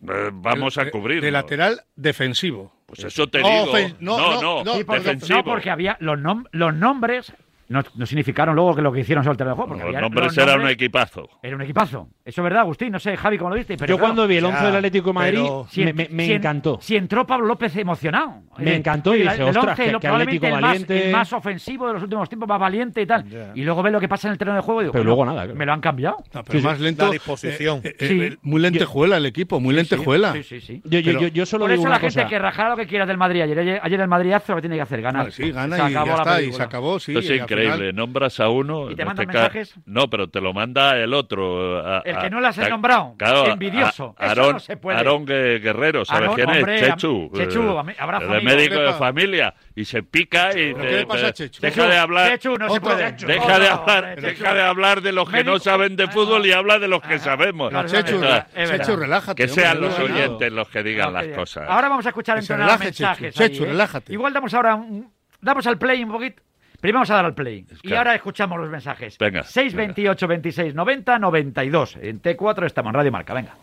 [SPEAKER 4] Eh, vamos a
[SPEAKER 3] De-
[SPEAKER 4] cubrir.
[SPEAKER 3] De lateral defensivo.
[SPEAKER 4] Pues eso te
[SPEAKER 3] No,
[SPEAKER 4] digo.
[SPEAKER 3] ofen-
[SPEAKER 4] No,
[SPEAKER 3] no,
[SPEAKER 4] no,
[SPEAKER 3] no, no, Sí, porque-
[SPEAKER 4] defensivo.
[SPEAKER 2] No, porque había los, nom- los nombres no, no significaron luego que lo que hicieron sobre el terreno de juego. Porque
[SPEAKER 4] Los
[SPEAKER 2] había-
[SPEAKER 4] nombres
[SPEAKER 2] los
[SPEAKER 4] eran un
[SPEAKER 2] nombres-
[SPEAKER 4] equipazo.
[SPEAKER 2] era un equipazo. Eso es verdad, Agustín. No sé, Javi, cómo lo viste. Pero
[SPEAKER 5] Yo
[SPEAKER 2] claro,
[SPEAKER 5] cuando vi el 11
[SPEAKER 6] ya,
[SPEAKER 5] del Atlético de Madrid,
[SPEAKER 6] pero-
[SPEAKER 2] si
[SPEAKER 5] me,
[SPEAKER 2] en-
[SPEAKER 5] me- me
[SPEAKER 2] si en-
[SPEAKER 5] encantó.
[SPEAKER 2] Si entró Pablo López emocionado.
[SPEAKER 5] Me
[SPEAKER 2] Eh,
[SPEAKER 5] encantó y
[SPEAKER 2] el-
[SPEAKER 5] dije,
[SPEAKER 2] el
[SPEAKER 5] ostras,
[SPEAKER 2] 11,
[SPEAKER 5] qué-
[SPEAKER 2] lo-
[SPEAKER 5] qué
[SPEAKER 2] probablemente
[SPEAKER 5] Atlético
[SPEAKER 2] el más-
[SPEAKER 5] valiente.
[SPEAKER 2] el más ofensivo de los últimos tiempos, más valiente y tal.
[SPEAKER 6] Ya.
[SPEAKER 2] Y luego ve lo que pasa en el terreno de juego y digo,
[SPEAKER 5] Pero
[SPEAKER 2] bueno,
[SPEAKER 5] luego nada, claro.
[SPEAKER 2] Me lo han cambiado.
[SPEAKER 3] No, pero
[SPEAKER 5] Sí,
[SPEAKER 3] más lento.
[SPEAKER 6] La disposición.
[SPEAKER 3] eh, eh,
[SPEAKER 2] Sí.
[SPEAKER 3] eh, muy lentejuela el equipo, muy lentejuela.
[SPEAKER 2] Sí, sí, sí.
[SPEAKER 5] Yo, yo,
[SPEAKER 3] Pero-
[SPEAKER 5] yo, yo solo
[SPEAKER 2] Por
[SPEAKER 5] digo
[SPEAKER 2] eso
[SPEAKER 5] una
[SPEAKER 2] la gente
[SPEAKER 5] cosa.
[SPEAKER 2] que rajara lo que quiera del Madrid ayer. Ayer, ayer el Madrid hace lo que tiene que hacer, ganar.
[SPEAKER 3] Vale, Ah, sí, gana
[SPEAKER 2] Se
[SPEAKER 3] y
[SPEAKER 2] acabó
[SPEAKER 3] ya
[SPEAKER 2] la
[SPEAKER 3] está, y
[SPEAKER 2] película.
[SPEAKER 3] se acabó, sí.
[SPEAKER 4] Esto es
[SPEAKER 3] y al
[SPEAKER 4] increíble. Nombras a uno.
[SPEAKER 2] ¿Y te
[SPEAKER 4] en este
[SPEAKER 2] mandan
[SPEAKER 4] ca-
[SPEAKER 2] mensajes?
[SPEAKER 4] No, pero te lo manda el otro. a-
[SPEAKER 2] El
[SPEAKER 4] a-
[SPEAKER 2] que no las he
[SPEAKER 4] a-
[SPEAKER 2] nombrado.
[SPEAKER 4] claro, a-
[SPEAKER 2] Envidioso.
[SPEAKER 4] a-
[SPEAKER 2] Eso
[SPEAKER 4] Aarón-
[SPEAKER 2] no se puede.
[SPEAKER 4] Aarón Gue- Guerrero, ¿sabes
[SPEAKER 2] Aarón,
[SPEAKER 4] quién es?
[SPEAKER 2] hombre,
[SPEAKER 4] Chechu.
[SPEAKER 2] am- Chechu,
[SPEAKER 4] eh,
[SPEAKER 2] ami- abrazo,
[SPEAKER 4] el
[SPEAKER 2] amigo.
[SPEAKER 4] médico de
[SPEAKER 3] Epa.
[SPEAKER 4] familia. Y se pica y
[SPEAKER 3] ¿Pero
[SPEAKER 4] te-
[SPEAKER 3] qué le pasa
[SPEAKER 4] te-
[SPEAKER 3] a Chechu?
[SPEAKER 4] deja de hablar.
[SPEAKER 2] Chechu, no se
[SPEAKER 3] Otro.
[SPEAKER 2] puede.
[SPEAKER 4] Deja de
[SPEAKER 2] Otro,
[SPEAKER 4] hablar,
[SPEAKER 2] hombre, Chechu.
[SPEAKER 4] deja de hablar de los que no
[SPEAKER 2] Médico. Ah,
[SPEAKER 4] saben de fútbol y habla de los que sabemos.
[SPEAKER 2] Claro,
[SPEAKER 3] Chechu,
[SPEAKER 4] O sea,
[SPEAKER 2] es
[SPEAKER 3] Chechu,
[SPEAKER 2] verdad.
[SPEAKER 3] relájate.
[SPEAKER 4] que sean
[SPEAKER 3] hombre,
[SPEAKER 4] los
[SPEAKER 3] no hay nada.
[SPEAKER 4] oyentes los que digan las
[SPEAKER 2] Ah, Ok,
[SPEAKER 4] cosas.
[SPEAKER 2] Ahora vamos a escuchar
[SPEAKER 3] Que se
[SPEAKER 2] entonces los
[SPEAKER 3] relaje, Chechu.
[SPEAKER 2] mensajes.
[SPEAKER 3] Chechu,
[SPEAKER 2] ahí, ¿eh?
[SPEAKER 3] relájate.
[SPEAKER 2] Igual damos ahora un- damos al play un poquito. Primero vamos a dar al play. Y
[SPEAKER 4] Claro.
[SPEAKER 2] ahora escuchamos los mensajes.
[SPEAKER 4] Venga,
[SPEAKER 2] 628 26 90 92. En T4 estamos en Radio Marca. Venga.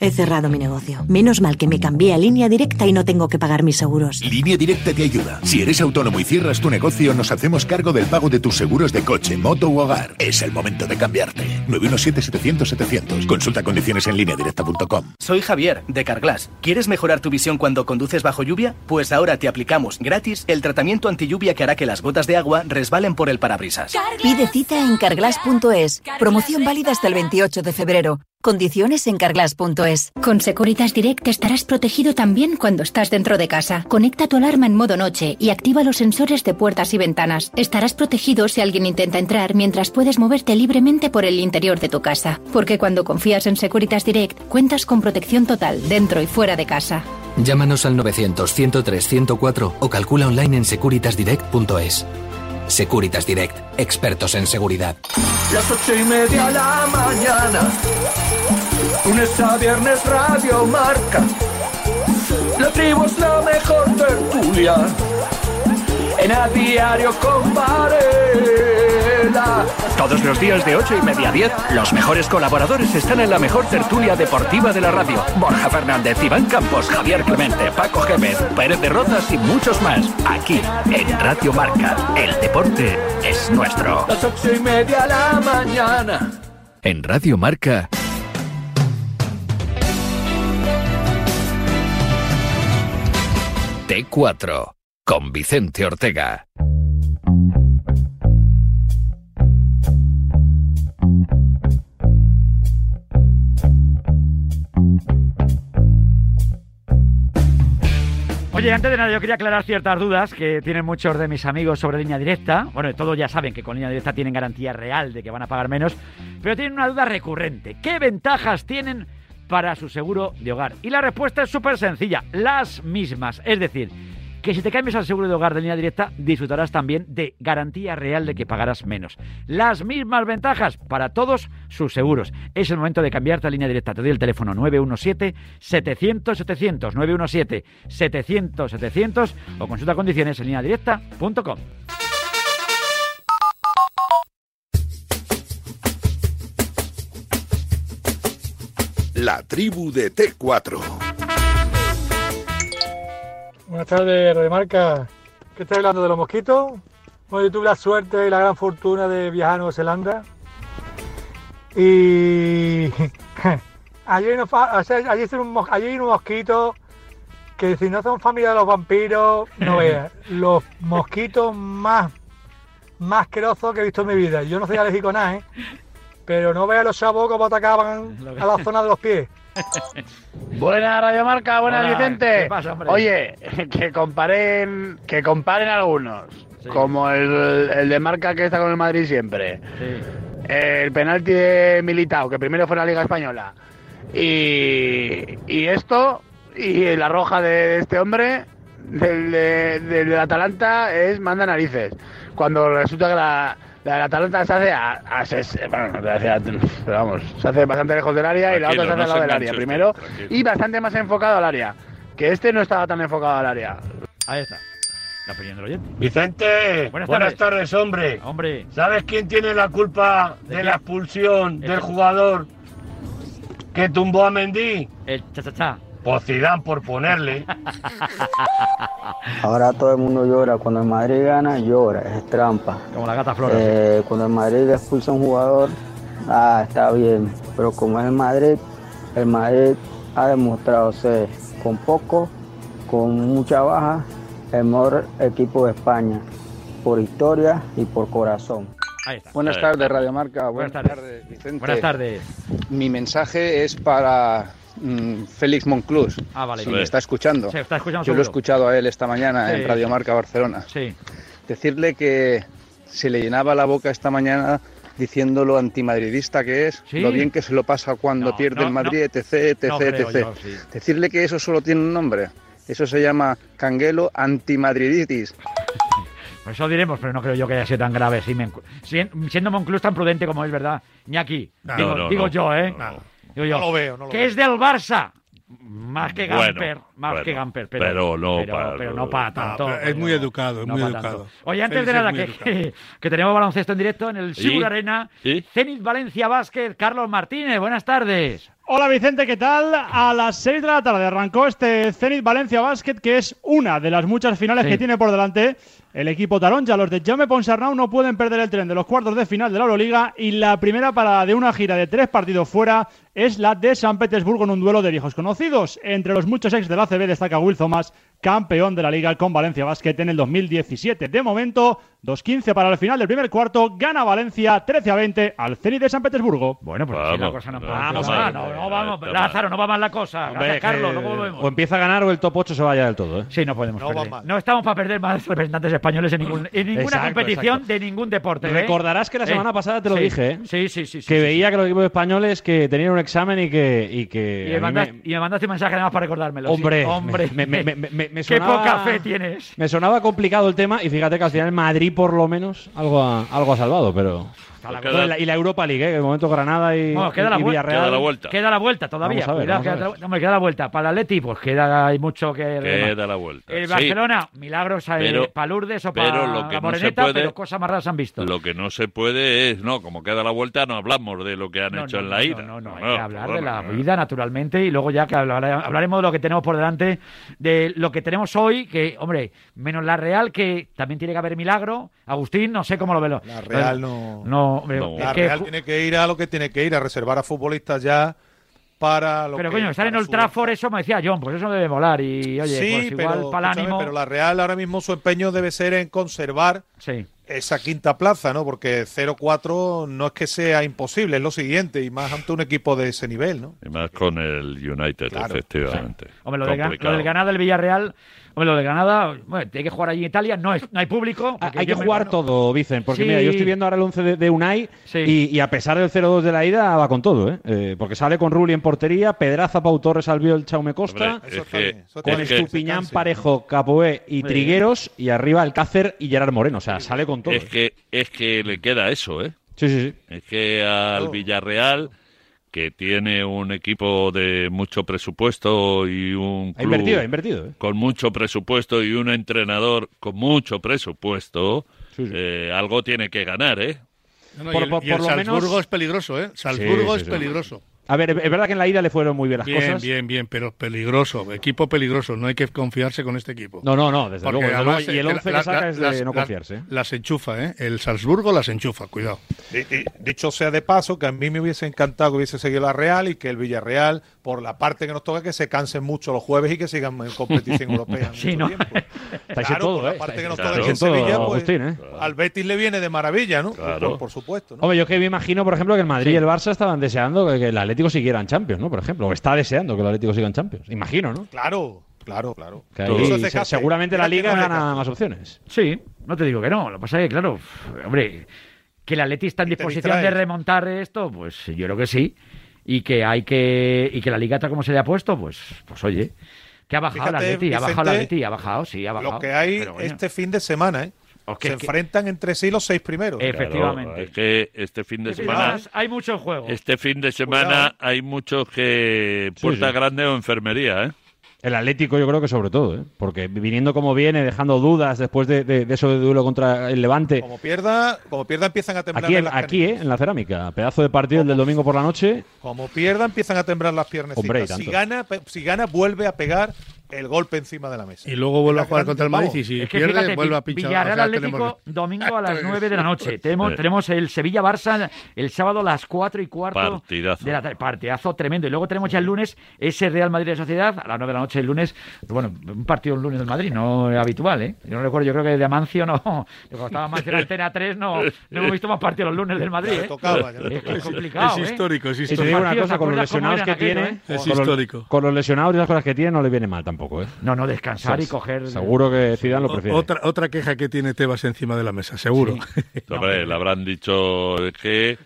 [SPEAKER 9] He cerrado mi negocio. Menos mal que me cambié a línea directa y no tengo que pagar mis seguros.
[SPEAKER 1] Línea Directa te ayuda. Si eres autónomo y cierras tu negocio, nos hacemos cargo del pago de tus seguros de coche, moto u hogar. Es el momento de cambiarte. 917-700-700. Consulta condiciones en lineadirecta.com.
[SPEAKER 10] Soy Javier, de Carglass. ¿Quieres mejorar tu visión cuando conduces bajo lluvia? Pues ahora te aplicamos gratis el tratamiento antilluvia que hará que las gotas de agua resbalen por el parabrisas.
[SPEAKER 9] Pide cita en carglass.es. Promoción válida hasta el 28 de febrero. Condiciones en carglass.es.
[SPEAKER 11] Con Securitas Direct estarás protegido también cuando estás dentro de casa. Conecta tu alarma en modo noche y activa los sensores de puertas y ventanas. Estarás protegido si alguien intenta entrar mientras puedes moverte libremente por el interior de tu casa. Porque cuando confías en Securitas Direct, cuentas con protección total dentro y fuera de casa.
[SPEAKER 10] Llámanos al 900-103-104 o calcula online en securitasdirect.es. Securitas Direct, expertos en seguridad.
[SPEAKER 7] Las ocho y media de la mañana. Lunes a viernes Radio Marca. La tribu es la mejor tertulia. En a diario con Varela.
[SPEAKER 10] Todos los días de 8 y media a 10, los mejores colaboradores están en la mejor tertulia deportiva de la radio. Borja Fernández, Iván Campos, Javier Clemente, Paco Gémez, Pérez de Rozas y muchos más. Aquí, en Radio Marca, el deporte es nuestro.
[SPEAKER 7] Las ocho y media de la mañana.
[SPEAKER 10] En Radio Marca, T4, con Vicente Ortega.
[SPEAKER 2] Oye, antes de nada, yo quería aclarar ciertas dudas que tienen muchos de mis amigos sobre línea directa. Bueno, todos ya saben que con línea directa tienen garantía real de que van a pagar menos, pero tienen una duda recurrente. ¿Qué ventajas tienen para su seguro de hogar? Y la respuesta es súper sencilla, las mismas. Es decir, que si te cambias al seguro de hogar de línea directa, disfrutarás también de garantía real de que pagarás menos. Las mismas ventajas para todos sus seguros. Es el momento de cambiarte a línea directa. Te doy el teléfono 917-700-700. 917-700-700 o consulta condiciones en línea directa.com.
[SPEAKER 1] La tribu de T4.
[SPEAKER 7] Buenas tardes, Remarca. ¿Qué estáis hablando de los mosquitos? Bueno, yo tuve la suerte y la gran fortuna de viajar a Nueva Zelanda. Y allí hay, unos, fa- o sea, allí hay un mos- allí hay unos mosquitos que si no son familia de los vampiros, no veas. Los mosquitos más, más asquerosos que he visto en mi vida. Yo no soy alérgico a nada, ¿eh? Pero no veas los chavos como atacaban a la zona de los pies.
[SPEAKER 12] Buenas Radio Marca, buenas
[SPEAKER 2] Hola,
[SPEAKER 12] Vicente.
[SPEAKER 2] ¿qué pasa, hombre?
[SPEAKER 12] Oye, que comparen, que comparen algunos,
[SPEAKER 2] Sí.
[SPEAKER 12] como el, el de marca que está con el Madrid siempre, el penalti de Militao, que primero fue en la Liga Española, y, y esto, y la roja de, de este hombre, del, de- del del Atalanta, es manda narices, cuando resulta que la... La del Atalanta se hace a, a ses- bueno, no te decía, pero vamos, se hace bastante lejos del área y la otra
[SPEAKER 4] Tranquilo,
[SPEAKER 12] se hace
[SPEAKER 4] no
[SPEAKER 12] al
[SPEAKER 4] se
[SPEAKER 12] lado del
[SPEAKER 4] enganche
[SPEAKER 12] área
[SPEAKER 4] usted,
[SPEAKER 12] primero
[SPEAKER 4] tranquilo.
[SPEAKER 12] y bastante más enfocado al área. Que este no estaba tan enfocado al área.
[SPEAKER 2] Ahí está. La opinión del oyente.
[SPEAKER 12] Vicente,
[SPEAKER 2] Buenas buenas tardes.
[SPEAKER 12] hombre.
[SPEAKER 2] Hombre,
[SPEAKER 12] ¿Sabes quién tiene la culpa
[SPEAKER 2] ¿De de quién? la
[SPEAKER 12] expulsión
[SPEAKER 2] del
[SPEAKER 12] jugador que tumbó a Mendy?
[SPEAKER 2] el cha-cha-cha.
[SPEAKER 12] Pues por ponerle.
[SPEAKER 10] Ahora todo el mundo llora. Cuando el Madrid gana, llora. Es trampa.
[SPEAKER 2] Como la gata flora.
[SPEAKER 10] Eh, cuando el Madrid expulsa a un jugador, ah, está bien. Pero como es el Madrid, el Madrid ha demostrado ser con poco, con mucha baja, el mejor equipo de España, por historia y por corazón.
[SPEAKER 2] Ahí está.
[SPEAKER 4] Buenas tardes,
[SPEAKER 12] Radio Marca.
[SPEAKER 2] Eh. Buenas tardes. tardes,
[SPEAKER 12] Vicente.
[SPEAKER 2] Buenas tardes.
[SPEAKER 12] Mi mensaje es para mm, Félix Monclús.
[SPEAKER 2] Ah, vale.
[SPEAKER 4] Sí, me está
[SPEAKER 12] escuchando.
[SPEAKER 2] Se está escuchando
[SPEAKER 12] Yo lo he
[SPEAKER 2] seguro.
[SPEAKER 12] escuchado a él esta mañana
[SPEAKER 2] Sí.
[SPEAKER 12] en Radio Marca Barcelona.
[SPEAKER 2] Sí.
[SPEAKER 12] Decirle que
[SPEAKER 13] se le llenaba la boca esta mañana diciendo lo antimadridista que es,
[SPEAKER 2] Sí.
[SPEAKER 13] lo bien que se lo pasa cuando pierde
[SPEAKER 2] no,
[SPEAKER 13] el Madrid, etc, etc,
[SPEAKER 2] No creo
[SPEAKER 13] etc.
[SPEAKER 2] yo, sí.
[SPEAKER 13] Decirle que eso solo tiene un nombre. Eso se llama canguelo antimadriditis.
[SPEAKER 2] Eso diremos, pero no creo yo que haya sido tan grave. Si me encu- si- siendo Monclus tan prudente como es, ¿verdad? Ñaki.
[SPEAKER 4] No,
[SPEAKER 2] digo
[SPEAKER 4] no,
[SPEAKER 2] digo
[SPEAKER 4] no.
[SPEAKER 2] yo, ¿eh? Digo yo.
[SPEAKER 6] No lo veo, no lo
[SPEAKER 2] que
[SPEAKER 6] veo.
[SPEAKER 2] es del Barça. Más que
[SPEAKER 4] Bueno,
[SPEAKER 2] Gamper. más
[SPEAKER 4] bueno,
[SPEAKER 2] que Gamper. Pero,
[SPEAKER 4] pero no
[SPEAKER 2] pero-
[SPEAKER 4] para-
[SPEAKER 2] pero no para tanto.
[SPEAKER 3] pero es muy educado, es muy
[SPEAKER 2] para
[SPEAKER 3] educado.
[SPEAKER 2] tanto. Oye, antes
[SPEAKER 3] Félix
[SPEAKER 2] de
[SPEAKER 3] es
[SPEAKER 2] nada,
[SPEAKER 3] muy
[SPEAKER 2] que, que, tenemos baloncesto en directo en el
[SPEAKER 4] Sí.
[SPEAKER 2] Sigur Arena.
[SPEAKER 4] Sí.
[SPEAKER 2] Zenit Valencia Vázquez, Carlos Martínez, buenas tardes.
[SPEAKER 14] Hola Vicente, ¿qué tal? A las 6 de la tarde arrancó este Zenit Valencia Basket, que es una de las muchas finales
[SPEAKER 2] Sí.
[SPEAKER 14] que tiene por delante el equipo taronja. Los de Jaume Ponsarnau no pueden perder el tren de los cuartos de final de la Euroliga y la primera parada de una gira de tres partidos fuera es la de San Petersburgo en un duelo de viejos conocidos. Entre los muchos ex del ACB destaca Will Thomas, campeón de la Liga con Valencia Basket en el 2017. De momento, 2-15 para el final del primer cuarto, gana Valencia 13 a 20 al Zenit de San Petersburgo.
[SPEAKER 2] Bueno, pues
[SPEAKER 14] la
[SPEAKER 2] cosa no
[SPEAKER 14] vamos,
[SPEAKER 2] Ah, no, no vamos, Lázaro, no va mal la cosa.
[SPEAKER 5] Hombre,
[SPEAKER 2] Gracias, Carlos,
[SPEAKER 5] que-
[SPEAKER 2] luego volvemos.
[SPEAKER 5] O empieza a ganar o el top 8 se vaya del todo. ¿eh?
[SPEAKER 2] Sí, no podemos perder. No estamos para perder más representantes españoles en, ningún- en ninguna
[SPEAKER 5] Exacto,
[SPEAKER 2] competición
[SPEAKER 5] exacto.
[SPEAKER 2] de ningún deporte. ¿eh?
[SPEAKER 5] Recordarás que la
[SPEAKER 2] Eh,
[SPEAKER 5] semana pasada te lo
[SPEAKER 2] sí,
[SPEAKER 5] dije, ¿eh?
[SPEAKER 2] Sí, sí, sí. sí,
[SPEAKER 5] que
[SPEAKER 2] sí.
[SPEAKER 5] veía que los equipos españoles que tenían un examen y que... Y
[SPEAKER 2] Y
[SPEAKER 5] que
[SPEAKER 2] me,
[SPEAKER 5] a mí me-
[SPEAKER 2] mandaste, y me mandaste un mensaje además para recordármelo. sí.
[SPEAKER 5] Hombre,
[SPEAKER 2] hombre.
[SPEAKER 5] me- me- me- me- me- me
[SPEAKER 2] Qué
[SPEAKER 5] sonaba-
[SPEAKER 2] poca fe tienes.
[SPEAKER 5] me sonaba complicado el tema y fíjate que al final Madrid por lo menos algo ha, algo ha salvado, pero...
[SPEAKER 2] la-
[SPEAKER 5] Bueno, y la- y la Europa League, ¿eh? que de momento Granada y,
[SPEAKER 2] Bueno, queda la
[SPEAKER 5] y
[SPEAKER 2] vuelta.
[SPEAKER 5] Villarreal.
[SPEAKER 2] Queda la vuelta todavía.
[SPEAKER 5] Vamos a ver,
[SPEAKER 2] Cuidado,
[SPEAKER 5] vamos
[SPEAKER 2] queda,
[SPEAKER 5] a ver.
[SPEAKER 2] la- hombre, queda la vuelta. Para el Atleti, pues queda, hay mucho que.
[SPEAKER 4] Queda la vuelta.
[SPEAKER 2] El
[SPEAKER 4] Sí.
[SPEAKER 2] Barcelona, milagros
[SPEAKER 4] Pero-
[SPEAKER 2] para Lourdes o
[SPEAKER 4] pero
[SPEAKER 2] para
[SPEAKER 4] lo que
[SPEAKER 2] la
[SPEAKER 4] no se
[SPEAKER 2] Moreneta,
[SPEAKER 4] puede-
[SPEAKER 2] pero cosas más raras han visto.
[SPEAKER 4] Lo que no se puede es, no, como queda la vuelta, no hablamos de lo que han
[SPEAKER 2] No,
[SPEAKER 4] hecho
[SPEAKER 2] no,
[SPEAKER 4] en
[SPEAKER 2] no,
[SPEAKER 4] la ida.
[SPEAKER 2] No, no, no, hay
[SPEAKER 4] No,
[SPEAKER 2] que hablar
[SPEAKER 4] no,
[SPEAKER 2] de
[SPEAKER 4] no,
[SPEAKER 2] la
[SPEAKER 4] no.
[SPEAKER 2] vida, naturalmente, y luego ya que hablara- hablaremos de lo que tenemos por delante, de lo que tenemos hoy, que, hombre, menos la Real, que también tiene que haber milagro. Agustín, no sé cómo lo velo. La
[SPEAKER 6] Real no.
[SPEAKER 2] No, hombre, es
[SPEAKER 6] La
[SPEAKER 2] que
[SPEAKER 6] Real
[SPEAKER 2] ju-
[SPEAKER 6] tiene que ir a lo que tiene que ir, a reservar a futbolistas ya para lo
[SPEAKER 2] Pero
[SPEAKER 6] que
[SPEAKER 2] coño, estar en
[SPEAKER 6] para
[SPEAKER 2] Old
[SPEAKER 6] su-
[SPEAKER 2] Trafford, eso me decía John, pues eso debe molar. Y oye,
[SPEAKER 6] sí,
[SPEAKER 2] pues
[SPEAKER 6] pero,
[SPEAKER 2] igual para el
[SPEAKER 6] escúchame,
[SPEAKER 2] ánimo.
[SPEAKER 6] pero la Real ahora mismo su empeño debe ser en conservar
[SPEAKER 2] Sí.
[SPEAKER 6] esa quinta plaza, ¿no? Porque 0-4 no es que sea imposible, es lo siguiente, y más ante un equipo de ese nivel, ¿no?
[SPEAKER 4] Y más con el United,
[SPEAKER 6] Claro.
[SPEAKER 4] efectivamente.
[SPEAKER 2] Hombre, lo, de, Gran- lo
[SPEAKER 4] Complicado.
[SPEAKER 2] del Granada, el Villarreal, hombre, lo del Granada, bueno, tiene que jugar allí en Italia, no, es, no hay
[SPEAKER 6] Ah,
[SPEAKER 2] público. porque
[SPEAKER 5] Ah, Hay que
[SPEAKER 2] yo me-
[SPEAKER 5] jugar todo, Vicen, porque
[SPEAKER 2] Sí.
[SPEAKER 5] mira, yo estoy viendo ahora el 11 de, de Unai y, y a pesar del 0-2 de la ida va con todo, ¿eh? Eh, porque sale con Rulli en portería, Pedraza, Pau Torres, Albiol, Chaume Costa,
[SPEAKER 4] Hombre, es que-
[SPEAKER 5] con
[SPEAKER 4] es que-
[SPEAKER 5] Estupiñán, Parejo, Capoé y
[SPEAKER 4] Sí.
[SPEAKER 5] Trigueros y arriba Alcácer y Gerard Moreno, o sea, sale con todo.
[SPEAKER 4] Es que, es que le queda eso, ¿eh?
[SPEAKER 5] Sí, sí, sí.
[SPEAKER 4] Es que
[SPEAKER 2] Oh.
[SPEAKER 4] al Villarreal, que tiene un equipo de mucho presupuesto y un
[SPEAKER 5] Ha
[SPEAKER 4] club
[SPEAKER 5] invertido, ha invertido, ¿eh?
[SPEAKER 4] con mucho presupuesto y un entrenador con mucho presupuesto, eh, algo tiene que ganar, ¿eh?
[SPEAKER 3] No, no,
[SPEAKER 5] Por-
[SPEAKER 3] y el,
[SPEAKER 5] por-
[SPEAKER 3] y el
[SPEAKER 5] por lo
[SPEAKER 3] Salzburgo
[SPEAKER 5] menos-
[SPEAKER 3] es peligroso, ¿eh? Salzburgo
[SPEAKER 5] sí,
[SPEAKER 3] es
[SPEAKER 5] sí.
[SPEAKER 3] peligroso.
[SPEAKER 5] A ver, es verdad que en la ida le fueron muy bien las
[SPEAKER 3] Bien,
[SPEAKER 5] cosas.
[SPEAKER 3] bien, bien, pero peligroso. Equipo peligroso. No hay que confiarse con este equipo.
[SPEAKER 5] No, no, no, desde
[SPEAKER 3] Porque
[SPEAKER 5] luego, desde
[SPEAKER 3] además,
[SPEAKER 5] luego. Y el
[SPEAKER 3] eh,
[SPEAKER 5] 11 que
[SPEAKER 3] la-
[SPEAKER 5] saca
[SPEAKER 3] la-
[SPEAKER 5] es de no confiarse, ¿eh?
[SPEAKER 3] Las enchufa, ¿eh? El Salzburgo las enchufa, cuidado.
[SPEAKER 6] Y- y dicho sea de paso, que a mí me hubiese encantado que hubiese seguido la Real y que el Villarreal, por la parte que nos toca, que se cansen mucho los jueves y que sigan en competición europea.
[SPEAKER 2] Sí, no.
[SPEAKER 5] Estáis en
[SPEAKER 6] Claro,
[SPEAKER 5] todo,
[SPEAKER 6] por la
[SPEAKER 5] ¿eh?
[SPEAKER 6] parte que nos
[SPEAKER 5] Estáis- estáis
[SPEAKER 6] toca aquí en
[SPEAKER 5] en todo,
[SPEAKER 6] Sevilla, pues,
[SPEAKER 5] Agustín, ¿eh?
[SPEAKER 6] al Betis le viene de maravilla, ¿no?
[SPEAKER 5] Claro.
[SPEAKER 6] Por, por supuesto, ¿no?
[SPEAKER 5] Hombre, yo que me imagino, por ejemplo, que el Madrid y el Barça estaban deseando que, que el Atlético siguiera en Champions, ¿no? Por ejemplo, o está deseando que el Atlético siga en Champions. Imagino, ¿no?
[SPEAKER 6] Claro, claro, claro.
[SPEAKER 5] Que ahí
[SPEAKER 6] Todo. Eso es de
[SPEAKER 5] se-
[SPEAKER 6] Cáceres.
[SPEAKER 5] seguramente la
[SPEAKER 6] Mira
[SPEAKER 5] Liga
[SPEAKER 6] que no es de
[SPEAKER 5] gana más opciones.
[SPEAKER 2] Sí, no te digo que no. Lo que pasa es que, claro, hombre, que el Atleti está en disposición de
[SPEAKER 5] distraes.
[SPEAKER 2] remontar esto, pues yo creo que sí. Y que hay que. Y que la liga, tal como se le ha puesto, pues, pues oye. Que ha bajado el
[SPEAKER 6] Fíjate,
[SPEAKER 2] Atleti, ha bajado el
[SPEAKER 6] Vicente,
[SPEAKER 2] Atleti, ha bajado, sí, ha bajado.
[SPEAKER 6] Lo que hay
[SPEAKER 2] Pero, coño,
[SPEAKER 6] este fin de semana, ¿eh?
[SPEAKER 2] que-
[SPEAKER 6] se
[SPEAKER 2] que-
[SPEAKER 6] enfrentan entre sí los seis primeros.
[SPEAKER 4] Claro, es que este fin de
[SPEAKER 2] Sí,
[SPEAKER 4] semana...
[SPEAKER 2] además, hay mucho en juego.
[SPEAKER 4] Este fin de semana hay muchos que puerta
[SPEAKER 5] sí.
[SPEAKER 4] grande o enfermería, ¿eh?
[SPEAKER 5] El Atlético, yo creo que sobre todo, ¿eh? Porque viniendo como viene, dejando dudas después de, de, de eso de duelo contra el Levante.
[SPEAKER 6] Como pierda, como pierda empiezan a temblar
[SPEAKER 5] Aquí,
[SPEAKER 6] en las
[SPEAKER 5] aquí ¿eh? En la cerámica. Pedazo de partido el del
[SPEAKER 2] Oh.
[SPEAKER 5] domingo por la noche.
[SPEAKER 6] Como pierda, empiezan a temblar las piernas.
[SPEAKER 5] Hombre, y
[SPEAKER 6] si
[SPEAKER 5] tanto.
[SPEAKER 6] gana, pe- si gana, vuelve a pegar el golpe encima de la mesa.
[SPEAKER 3] Y luego vuelve a jugar
[SPEAKER 6] grande,
[SPEAKER 3] contra el
[SPEAKER 6] vamos.
[SPEAKER 3] Madrid y si
[SPEAKER 2] Es que
[SPEAKER 3] pierde,
[SPEAKER 2] fíjate,
[SPEAKER 3] vuelve
[SPEAKER 2] Vi-
[SPEAKER 3] a pinchar.
[SPEAKER 2] Villarreal
[SPEAKER 3] O sea,
[SPEAKER 2] Atlético,
[SPEAKER 3] tenemos-
[SPEAKER 2] domingo a las 9 de la noche.
[SPEAKER 4] Eh.
[SPEAKER 2] Tenemos, tenemos el Sevilla-Barça el sábado a las 4 y cuarto.
[SPEAKER 4] Partidazo.
[SPEAKER 2] De la tarde. Partidazo tremendo. Y luego tenemos ya el lunes ese Real Madrid de Sociedad a las 9 de la noche el lunes. Bueno, un partido el lunes del Madrid, no es habitual, ¿eh? Yo no recuerdo, yo creo que de Amancio no. Yo Cuando estaba Amancio en Antena 3 no, no hemos visto más partidos los lunes del Madrid,
[SPEAKER 6] Ya le
[SPEAKER 2] ¿eh?
[SPEAKER 6] tocaba, ya le
[SPEAKER 2] Es que
[SPEAKER 6] tocaba.
[SPEAKER 2] es complicado,
[SPEAKER 3] Es
[SPEAKER 2] ¿eh?
[SPEAKER 3] histórico, es
[SPEAKER 5] Y te digo
[SPEAKER 2] Esos
[SPEAKER 5] una
[SPEAKER 2] partidos,
[SPEAKER 5] cosa,
[SPEAKER 2] ¿te
[SPEAKER 5] con los
[SPEAKER 2] acuerdas cómo
[SPEAKER 5] lesionados que
[SPEAKER 2] eran
[SPEAKER 5] tiene,
[SPEAKER 2] aquellos, eh?
[SPEAKER 5] con los-
[SPEAKER 3] histórico.
[SPEAKER 5] con los lesionados y las cosas que tiene, no le viene mal tampoco, ¿eh?
[SPEAKER 2] No, no, descansar
[SPEAKER 5] Se-
[SPEAKER 2] y coger.
[SPEAKER 5] Seguro que Zidane lo
[SPEAKER 3] O-
[SPEAKER 5] prefiere.
[SPEAKER 3] Otra, otra queja que tiene Tebas encima de la mesa, seguro.
[SPEAKER 4] Hombre, le habrán dicho es que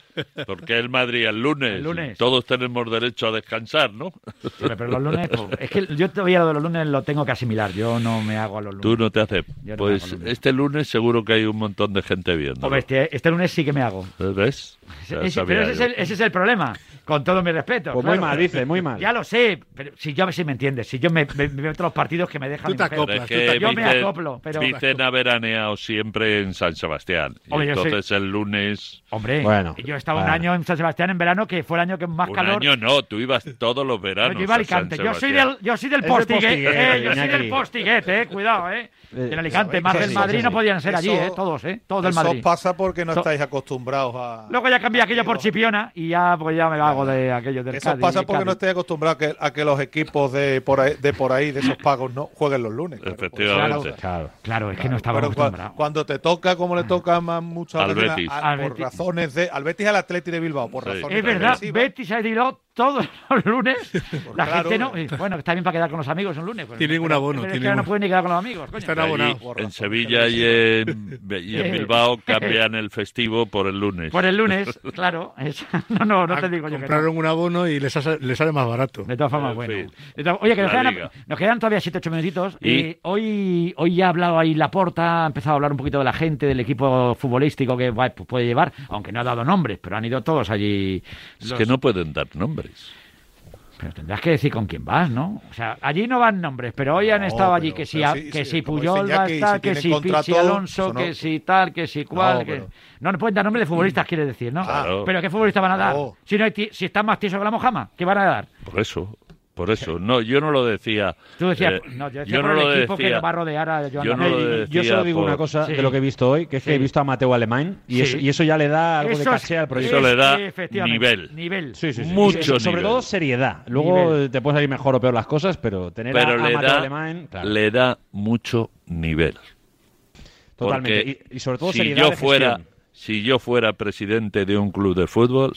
[SPEAKER 4] porque el Madrid el lunes,
[SPEAKER 2] El lunes.
[SPEAKER 4] todos tenemos derecho a descansar, ¿no?
[SPEAKER 2] Hombre, eh, Pero los lunes, pues, es que yo todavía lo de los lunes lo tengo que asimilar. Yo no me hago a los lunes.
[SPEAKER 4] Tú no te haces.
[SPEAKER 2] Yo no me
[SPEAKER 4] Pues
[SPEAKER 2] hago lunes.
[SPEAKER 4] este lunes seguro que hay un montón de gente viendo.
[SPEAKER 2] Hombre, este, este lunes sí que me hago.
[SPEAKER 4] ¿Ves? Ya
[SPEAKER 2] Ese-
[SPEAKER 4] sabía
[SPEAKER 2] pero ese es,
[SPEAKER 4] yo.
[SPEAKER 2] el, ese es el problema, con todo mi respeto.
[SPEAKER 4] Pues muy
[SPEAKER 2] claro.
[SPEAKER 4] mal, dice, muy mal.
[SPEAKER 2] Ya lo sé, pero si yo si me entiendes, si yo me, me, me meto los partidos que me dejan. mi mujer.
[SPEAKER 4] Pero es que
[SPEAKER 2] yo me
[SPEAKER 4] Vicen-
[SPEAKER 2] acoplo, pero.
[SPEAKER 4] Vicen ha veraneado siempre en San Sebastián. Y
[SPEAKER 2] Hombre, yo soy-
[SPEAKER 4] entonces el lunes.
[SPEAKER 2] Hombre, yo he estado un
[SPEAKER 4] bueno.
[SPEAKER 2] año en San Sebastián en verano, que fue el año que más
[SPEAKER 4] Un
[SPEAKER 2] calor.
[SPEAKER 4] año no, tú ibas todos los veranos.
[SPEAKER 2] yo iba a
[SPEAKER 4] a San
[SPEAKER 2] Alicante, yo soy
[SPEAKER 4] Sebastián.
[SPEAKER 2] del, yo soy del
[SPEAKER 4] Es de
[SPEAKER 2] Postiguet,
[SPEAKER 4] Postiguet,
[SPEAKER 2] eh, yo soy del
[SPEAKER 4] Iñaki.
[SPEAKER 2] Postiguet, eh, cuidado, eh. Del Alicante, más
[SPEAKER 6] Eso
[SPEAKER 2] del
[SPEAKER 6] sí,
[SPEAKER 2] Madrid
[SPEAKER 6] eso
[SPEAKER 2] no
[SPEAKER 6] sí.
[SPEAKER 2] podían ser allí,
[SPEAKER 6] Eso-
[SPEAKER 2] eh, todos, eh, todos del
[SPEAKER 6] eso
[SPEAKER 2] Madrid.
[SPEAKER 6] pasa porque no
[SPEAKER 2] Eso-
[SPEAKER 6] estáis acostumbrados a.
[SPEAKER 2] Luego ya cambié aquello por Chipiona y ya, pues ya me hago de aquello del
[SPEAKER 6] Eso
[SPEAKER 2] Cádiz,
[SPEAKER 6] pasa
[SPEAKER 2] de
[SPEAKER 6] porque no
[SPEAKER 2] Cádiz.
[SPEAKER 6] estáis acostumbrados a que, a que los equipos de por, ahí, de por ahí, de esos pagos, no jueguen los lunes. claro, porque eso es una
[SPEAKER 4] Efectivamente.
[SPEAKER 6] cosa.
[SPEAKER 5] Claro.
[SPEAKER 2] Claro, es que no estaba
[SPEAKER 6] Pero cua-
[SPEAKER 2] acostumbrado. Ah.
[SPEAKER 6] cuando, te toca, como le toca más muchas
[SPEAKER 4] Al
[SPEAKER 6] veces, a-
[SPEAKER 4] Betis.
[SPEAKER 6] a-
[SPEAKER 4] Al
[SPEAKER 6] por
[SPEAKER 4] Betis.
[SPEAKER 6] razones de. Al Betis y al Atleti de Bilbao, por razones
[SPEAKER 2] Es verdad,
[SPEAKER 6] defensivas.
[SPEAKER 2] Betis ha Bilbao todos los lunes. La
[SPEAKER 6] claro.
[SPEAKER 2] gente no. eh, Bueno, está bien para quedar con los amigos un lunes. pues,
[SPEAKER 3] Tienen un
[SPEAKER 2] pero-
[SPEAKER 3] abono,
[SPEAKER 2] pero es que
[SPEAKER 3] tienen
[SPEAKER 2] ahora
[SPEAKER 3] un-
[SPEAKER 2] no pueden ni quedar con los amigos. coño.
[SPEAKER 3] Están
[SPEAKER 4] Allí, en Sevilla y en, y en Bilbao cambian el festivo por el lunes.
[SPEAKER 2] Por el lunes, claro. es- no, no, no te digo yo que no.
[SPEAKER 3] Compraron un abono y les, ha- les sale más barato.
[SPEAKER 2] De todas formas, bueno. De todas- Oye, que nos
[SPEAKER 3] La
[SPEAKER 2] quedan,
[SPEAKER 3] liga.
[SPEAKER 2] nos quedan todavía 7-8 minutitos.
[SPEAKER 3] Y-
[SPEAKER 2] Eh, hoy, hoy ya ha hablado ahí Laporta, ha empezado a hablar un poquito de la gente, del equipo futbolístico que va- puede llevar, aunque no ha dado nombres, pero han ido todos allí.
[SPEAKER 4] Es
[SPEAKER 2] los-
[SPEAKER 4] que no pueden dar nombres.
[SPEAKER 2] Pero tendrás que decir con quién vas, ¿no? O sea, allí no van nombres, pero hoy han
[SPEAKER 4] No,
[SPEAKER 2] estado allí
[SPEAKER 4] pero-
[SPEAKER 2] que si,
[SPEAKER 4] pero
[SPEAKER 2] a-
[SPEAKER 4] sí,
[SPEAKER 2] que
[SPEAKER 4] sí,
[SPEAKER 2] si
[SPEAKER 4] como
[SPEAKER 2] Puyol
[SPEAKER 4] dice
[SPEAKER 2] va a
[SPEAKER 4] Jackie,
[SPEAKER 2] estar,
[SPEAKER 4] si
[SPEAKER 2] que
[SPEAKER 4] tienen
[SPEAKER 2] si Pichi
[SPEAKER 4] contrato,
[SPEAKER 2] Alonso,
[SPEAKER 4] eso no.
[SPEAKER 2] que si tal, que si cual.
[SPEAKER 4] No,
[SPEAKER 2] que-
[SPEAKER 4] pero- Mm.
[SPEAKER 2] No, no pueden dar nombres de futbolistas, quiere decir, ¿no?
[SPEAKER 4] Claro.
[SPEAKER 2] Pero ¿qué futbolistas van a dar?
[SPEAKER 4] No.
[SPEAKER 2] Si, no hay ti- si están más tiesos que la mojama, ¿qué van a dar?
[SPEAKER 4] Por eso, por eso. No, yo no lo decía.
[SPEAKER 2] Tú decías,
[SPEAKER 4] eh,
[SPEAKER 2] no, yo decía por el equipo que lo va a rodear a Joan
[SPEAKER 4] yo no
[SPEAKER 2] Laporta.
[SPEAKER 4] lo
[SPEAKER 2] Eh,
[SPEAKER 5] Yo
[SPEAKER 4] decía
[SPEAKER 5] solo digo
[SPEAKER 4] por-
[SPEAKER 5] una cosa
[SPEAKER 2] Sí.
[SPEAKER 5] de lo que he visto hoy, que es que he
[SPEAKER 2] Sí.
[SPEAKER 5] visto a Mateo Alemán y,
[SPEAKER 2] Sí.
[SPEAKER 5] eso, y eso ya le da algo
[SPEAKER 2] Eso
[SPEAKER 5] de
[SPEAKER 2] es-
[SPEAKER 5] caché al proyecto.
[SPEAKER 4] eso le da
[SPEAKER 2] efectivamente,
[SPEAKER 4] nivel.
[SPEAKER 2] nivel.
[SPEAKER 5] Sí, sí, sí.
[SPEAKER 4] Mucho
[SPEAKER 5] Y so- Sobre
[SPEAKER 4] nivel.
[SPEAKER 5] todo seriedad. Luego
[SPEAKER 4] Nivel.
[SPEAKER 5] eh, te pueden salir mejor o peor las cosas, pero tener a-
[SPEAKER 4] Pero
[SPEAKER 5] a,
[SPEAKER 4] le
[SPEAKER 5] Mateo
[SPEAKER 4] da,
[SPEAKER 5] Alemán... claro.
[SPEAKER 4] le da mucho nivel.
[SPEAKER 5] Totalmente.
[SPEAKER 4] Porque
[SPEAKER 5] Y- y sobre todo
[SPEAKER 4] si
[SPEAKER 5] seriedad
[SPEAKER 4] yo
[SPEAKER 5] de
[SPEAKER 4] fuera,
[SPEAKER 5] gestión.
[SPEAKER 4] si yo fuera presidente de un club de fútbol,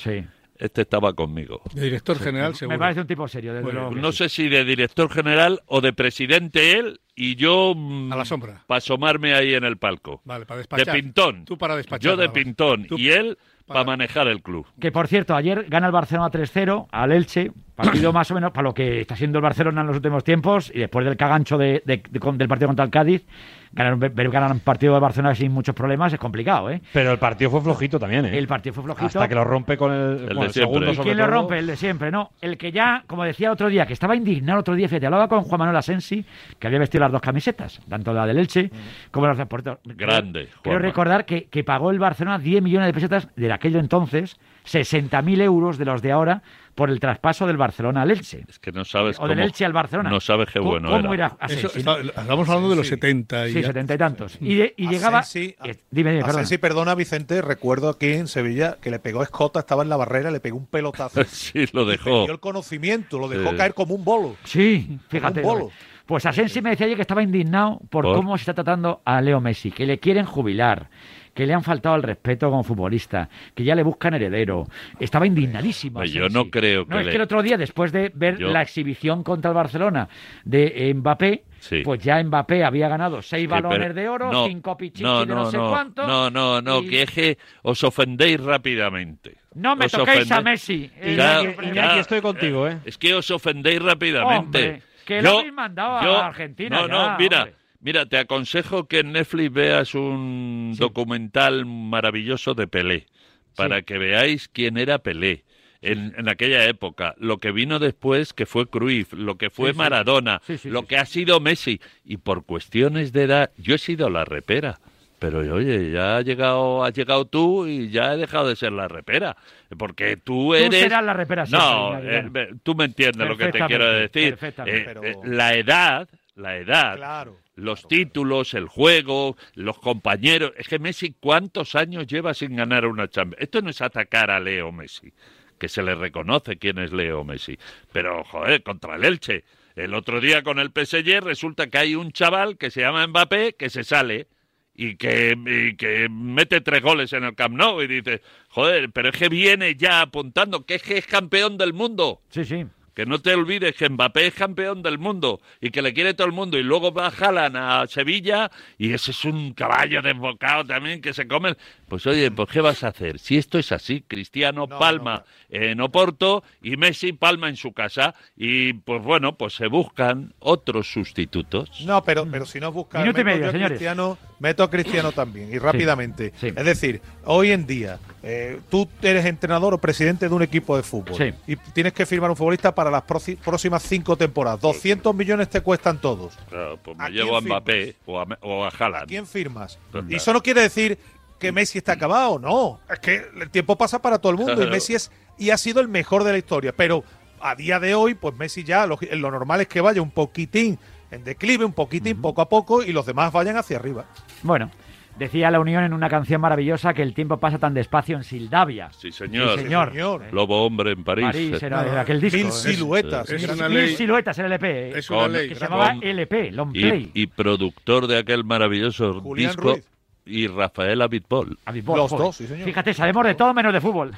[SPEAKER 4] este estaba conmigo.
[SPEAKER 3] De director general,
[SPEAKER 2] Me
[SPEAKER 3] seguro.
[SPEAKER 2] parece un tipo serio, desde
[SPEAKER 3] Muy
[SPEAKER 2] luego.
[SPEAKER 4] No sé si de director general o de presidente él y yo a la
[SPEAKER 3] sombra
[SPEAKER 4] para asomarme ahí en el palco.
[SPEAKER 3] Vale, para
[SPEAKER 4] de
[SPEAKER 3] despachar.
[SPEAKER 4] pintón.
[SPEAKER 3] Tú para despachar.
[SPEAKER 4] yo de
[SPEAKER 3] nada más.
[SPEAKER 4] pintón y él para manejar el club.
[SPEAKER 2] Que por cierto, ayer gana el Barcelona 3-0 al Elche, partido más o menos para lo que está siendo el Barcelona en los últimos tiempos, y después del cagancho de- de- de- con- del partido contra el Cádiz, ganar, un- ver ganar un partido de Barcelona sin muchos problemas es complicado, ¿eh?
[SPEAKER 5] Pero el partido fue flojito también, ¿eh?
[SPEAKER 2] El partido fue flojito.
[SPEAKER 5] Hasta que lo rompe con el, bueno, el segundo
[SPEAKER 2] ¿Y
[SPEAKER 5] sobre
[SPEAKER 2] quién lo
[SPEAKER 5] todo.
[SPEAKER 2] rompe? El de siempre, ¿no? El que ya, como decía otro día, que estaba indignado otro día, fíjate, hablaba con Juan Manuel Asensi, que había vestido las dos camisetas, tanto la del Elche como la del Porto.
[SPEAKER 4] Mm. Grande,
[SPEAKER 2] Quiero
[SPEAKER 4] Juanma.
[SPEAKER 2] recordar que, que pagó el Barcelona 10 millones de pesetas de aquello entonces, 60.000 euros de los de ahora, por el traspaso del Barcelona al Elche.
[SPEAKER 4] Es que no sabes
[SPEAKER 2] O
[SPEAKER 4] cómo.
[SPEAKER 2] del Elche al Barcelona.
[SPEAKER 4] No sabes qué
[SPEAKER 2] ¿Cómo-
[SPEAKER 4] bueno
[SPEAKER 2] cómo
[SPEAKER 4] era.
[SPEAKER 2] era Asensi?
[SPEAKER 3] Eso está- estamos hablando de los 70 y
[SPEAKER 2] Sí,
[SPEAKER 3] ya.
[SPEAKER 2] 70 y tantos. Y, de- y llegaba...
[SPEAKER 6] Asensi-
[SPEAKER 2] eh, dime, dime, perdona.
[SPEAKER 6] Asensi, ah, perdona, Vicente, recuerdo aquí en Sevilla que le pegó Escota, estaba en la barrera, le pegó un pelotazo.
[SPEAKER 4] sí, lo dejó.
[SPEAKER 6] Perdió el conocimiento, lo dejó
[SPEAKER 4] Sí.
[SPEAKER 6] caer como un bolo.
[SPEAKER 2] Sí, fíjate.
[SPEAKER 6] Como un bolo.
[SPEAKER 2] Pues Asensi me decía ayer que estaba indignado por,
[SPEAKER 4] ¿Por?
[SPEAKER 2] cómo se está tratando a Leo Messi, que le quieren jubilar, que le han faltado al respeto como futbolista, que ya le buscan heredero. Estaba indignadísimo.
[SPEAKER 4] Hombre, Yo
[SPEAKER 2] Asensi.
[SPEAKER 4] no creo que
[SPEAKER 2] No, es
[SPEAKER 4] le-
[SPEAKER 2] que el otro día, después de ver
[SPEAKER 4] Yo-
[SPEAKER 2] la exhibición contra el Barcelona de Mbappé,
[SPEAKER 4] Sí.
[SPEAKER 2] pues ya Mbappé había ganado seis
[SPEAKER 4] Sí,
[SPEAKER 2] balones
[SPEAKER 4] pero-
[SPEAKER 2] de oro,
[SPEAKER 4] no,
[SPEAKER 2] cinco pichichis
[SPEAKER 4] no,
[SPEAKER 2] de no, sé
[SPEAKER 4] no,
[SPEAKER 2] cuánto.
[SPEAKER 4] No, no, no,
[SPEAKER 2] y-
[SPEAKER 4] que es que os ofendéis rápidamente.
[SPEAKER 2] No me
[SPEAKER 4] Os
[SPEAKER 2] toquéis a
[SPEAKER 4] ofendéis-
[SPEAKER 2] Messi. Eh,
[SPEAKER 4] Claro,
[SPEAKER 2] Iñaki,
[SPEAKER 4] claro,
[SPEAKER 2] Iñaki,
[SPEAKER 5] estoy contigo, ¿eh?
[SPEAKER 4] Es que os ofendéis rápidamente.
[SPEAKER 2] Hombre, que lo habéis mandado a Argentina
[SPEAKER 4] No,
[SPEAKER 2] ya,
[SPEAKER 4] no, mira.
[SPEAKER 2] hombre.
[SPEAKER 4] Mira, te aconsejo que en Netflix veas un documental maravilloso de Pelé, para que veáis quién era Pelé en, en aquella época, lo que vino después, que fue Cruyff, lo que fue
[SPEAKER 15] Sí, sí.
[SPEAKER 4] Maradona,
[SPEAKER 15] Sí, sí,
[SPEAKER 4] lo
[SPEAKER 15] sí,
[SPEAKER 4] que ha sido Messi. Y por cuestiones de edad, yo he sido la repera. Pero oye, ya ha llegado, has llegado tú y ya he dejado de ser la repera. Porque tú eres.
[SPEAKER 2] serás la repera siempre,
[SPEAKER 4] No,
[SPEAKER 2] Iñaki, claro.
[SPEAKER 4] eh, ve- tú me entiendes lo que te
[SPEAKER 2] Perfectamente,
[SPEAKER 4] quiero decir.
[SPEAKER 2] perfectamente.
[SPEAKER 4] Eh, eh, la edad, la edad, los títulos, el juego, los compañeros. Es que Messi, ¿cuántos años lleva sin ganar una Champions? Esto no es atacar a Leo Messi, que se le reconoce quién es Leo Messi. Pero, joder, contra el Elche. El otro día con el PSG resulta que hay un chaval que se llama Mbappé que se sale y que, y que mete tres goles en el Camp Nou y dices, joder, pero es que viene ya apuntando que es que es campeón del mundo.
[SPEAKER 2] Sí, sí.
[SPEAKER 4] Que no te olvides que Mbappé es campeón del mundo y que le quiere todo el mundo y luego va Jalan a Sevilla y ese es un caballo desbocado también que se come. Pues oye, pues ¿qué vas a hacer? Si esto es así, Cristiano Palma en Oporto y Messi Palma en su casa y pues bueno, pues se buscan otros sustitutos.
[SPEAKER 6] No,
[SPEAKER 2] Mm.
[SPEAKER 6] pero, pero si no buscas.
[SPEAKER 4] Minuto y medio,
[SPEAKER 6] yo a
[SPEAKER 4] señores.
[SPEAKER 6] Cristiano, meto a Cristiano también, y rápidamente. Es decir, hoy en día, eh, tú eres entrenador o presidente de un equipo de fútbol.
[SPEAKER 2] Sí.
[SPEAKER 6] Y tienes que firmar un futbolista para las proci- próximas cinco temporadas. 200 millones te cuestan todos.
[SPEAKER 4] Claro, pues
[SPEAKER 6] ¿A
[SPEAKER 4] me llevo a
[SPEAKER 6] quién
[SPEAKER 4] Mbappé o a, o a Haaland.
[SPEAKER 6] ¿Quién firmas?
[SPEAKER 4] Pues
[SPEAKER 6] Y
[SPEAKER 4] claro.
[SPEAKER 6] eso no quiere decir que Messi está acabado, no. Es que el tiempo pasa para todo el mundo y
[SPEAKER 4] Claro.
[SPEAKER 6] Messi es y ha sido el mejor de la historia. Pero a día de hoy, pues Messi ya lo, lo normal es que vaya un poquitín en declive, un poquitín poco a poco y los demás vayan hacia arriba.
[SPEAKER 2] Bueno, decía La Unión en una canción maravillosa que el tiempo pasa tan despacio en Sildavia.
[SPEAKER 4] Sí, señor.
[SPEAKER 2] Sí, señor.
[SPEAKER 4] Lobo hombre en París.
[SPEAKER 2] París era de aquel disco.
[SPEAKER 6] Mil
[SPEAKER 2] ¿eh?
[SPEAKER 6] siluetas. Es
[SPEAKER 2] Mil
[SPEAKER 6] una ley.
[SPEAKER 2] siluetas, el LP.
[SPEAKER 6] Es una
[SPEAKER 2] que
[SPEAKER 6] ley.
[SPEAKER 2] se llamaba
[SPEAKER 6] Con-
[SPEAKER 2] LP, Long Play.
[SPEAKER 4] y, y productor de aquel maravilloso
[SPEAKER 2] Julián
[SPEAKER 4] disco
[SPEAKER 2] Ruiz.
[SPEAKER 4] y Rafael Abitbol.
[SPEAKER 2] Fútbol, joder. Fíjate, sabemos de todo menos de fútbol.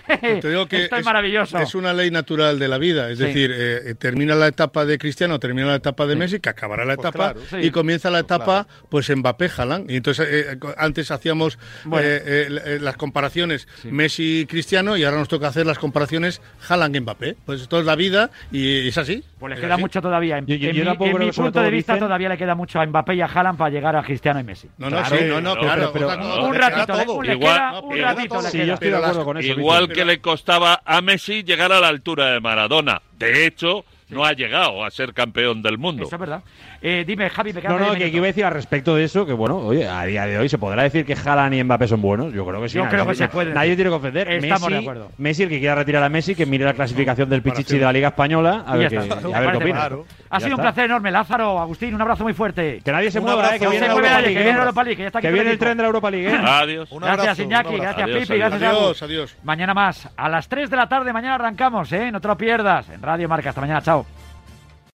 [SPEAKER 3] Te digo que
[SPEAKER 2] Esto es, maravilloso.
[SPEAKER 3] Es una ley natural de la vida. Es
[SPEAKER 2] Sí.
[SPEAKER 3] decir, eh, eh, termina la etapa de Cristiano, termina la etapa de Messi, que acabará la
[SPEAKER 2] Pues
[SPEAKER 3] etapa,
[SPEAKER 2] claro.
[SPEAKER 3] y
[SPEAKER 2] Sí.
[SPEAKER 3] comienza la etapa,
[SPEAKER 2] claro.
[SPEAKER 3] pues Mbappé, Jalán. Y entonces, eh, eh, co- antes hacíamos
[SPEAKER 2] Bueno.
[SPEAKER 3] eh, eh, l- eh, las comparaciones Messi-Cristiano, y ahora nos toca hacer las comparaciones Jalán-Mbappé. Pues esto es la vida, y es así.
[SPEAKER 2] Pues les
[SPEAKER 3] Es
[SPEAKER 2] queda
[SPEAKER 3] así.
[SPEAKER 2] mucho todavía. En,
[SPEAKER 3] Yo- yo-
[SPEAKER 2] en
[SPEAKER 3] yo
[SPEAKER 2] mi,
[SPEAKER 3] la puedo
[SPEAKER 2] en
[SPEAKER 3] ver
[SPEAKER 2] mi
[SPEAKER 3] sobre
[SPEAKER 2] punto
[SPEAKER 3] todo
[SPEAKER 2] de vista
[SPEAKER 3] dicen-
[SPEAKER 2] todavía le queda mucho a Mbappé y a Haaland para llegar a Cristiano y Messi.
[SPEAKER 3] No, no, sí, no, no, claro, otra cosa,
[SPEAKER 2] un
[SPEAKER 3] le
[SPEAKER 2] ratito,
[SPEAKER 3] queda
[SPEAKER 2] le-
[SPEAKER 3] todo.
[SPEAKER 2] un- le
[SPEAKER 3] Igual-
[SPEAKER 2] queda
[SPEAKER 3] no,
[SPEAKER 2] un
[SPEAKER 3] pero-
[SPEAKER 2] ratito. le
[SPEAKER 3] Sí,
[SPEAKER 2] queda.
[SPEAKER 3] yo estoy de acuerdo con eso,
[SPEAKER 4] Igual
[SPEAKER 3] Víctor.
[SPEAKER 4] que le costaba a Messi llegar a la altura de Maradona. De hecho, no ha llegado a ser campeón del mundo.
[SPEAKER 2] Eso es verdad. Eh, dime, Javi, me queda
[SPEAKER 5] No,
[SPEAKER 2] medio
[SPEAKER 5] no, que
[SPEAKER 2] minuto.
[SPEAKER 5] iba a decir al respecto de eso, que bueno, oye, a día de hoy se podrá decir que Haaland y Mbappé son buenos. Yo creo que sí.
[SPEAKER 2] Yo
[SPEAKER 5] nadie-
[SPEAKER 2] creo que se puede
[SPEAKER 5] Nadie
[SPEAKER 2] decir.
[SPEAKER 5] tiene que ofender.
[SPEAKER 2] Estamos
[SPEAKER 5] Messi,
[SPEAKER 2] de acuerdo.
[SPEAKER 5] Messi, el que quiera retirar a Messi, que mire la clasificación del Pichichi de la Liga Española, a
[SPEAKER 2] Y
[SPEAKER 5] ver qué
[SPEAKER 2] ya está. Me
[SPEAKER 5] a ver qué
[SPEAKER 2] parece
[SPEAKER 5] opina.
[SPEAKER 2] claro. Ha
[SPEAKER 5] Ya
[SPEAKER 2] sido un
[SPEAKER 5] está.
[SPEAKER 2] placer enorme, Lázaro, Agustín, un abrazo muy fuerte.
[SPEAKER 5] Que nadie se
[SPEAKER 2] Un
[SPEAKER 5] mueva,
[SPEAKER 2] abrazo,
[SPEAKER 5] eh, que
[SPEAKER 2] no
[SPEAKER 5] viene
[SPEAKER 2] se
[SPEAKER 5] la
[SPEAKER 2] mueve
[SPEAKER 5] Europa
[SPEAKER 2] nadie,
[SPEAKER 5] League,
[SPEAKER 2] que viene
[SPEAKER 5] eh.
[SPEAKER 2] Europa League, ya está aquí
[SPEAKER 5] Que
[SPEAKER 2] todo
[SPEAKER 5] viene el
[SPEAKER 2] equipo.
[SPEAKER 5] tren de la Europa League, eh. Adiós. Un
[SPEAKER 2] Gracias,
[SPEAKER 5] abrazo, un
[SPEAKER 2] Iñaki,
[SPEAKER 5] abrazo.
[SPEAKER 2] gracias,
[SPEAKER 5] Adiós,
[SPEAKER 2] Pipi,
[SPEAKER 5] adiós.
[SPEAKER 2] gracias Agus.
[SPEAKER 5] Adiós,
[SPEAKER 3] adiós.
[SPEAKER 2] Mañana más, a las 3 de la tarde, mañana arrancamos, ¿eh? No te lo pierdas, en Radio Marca. Hasta mañana, chao.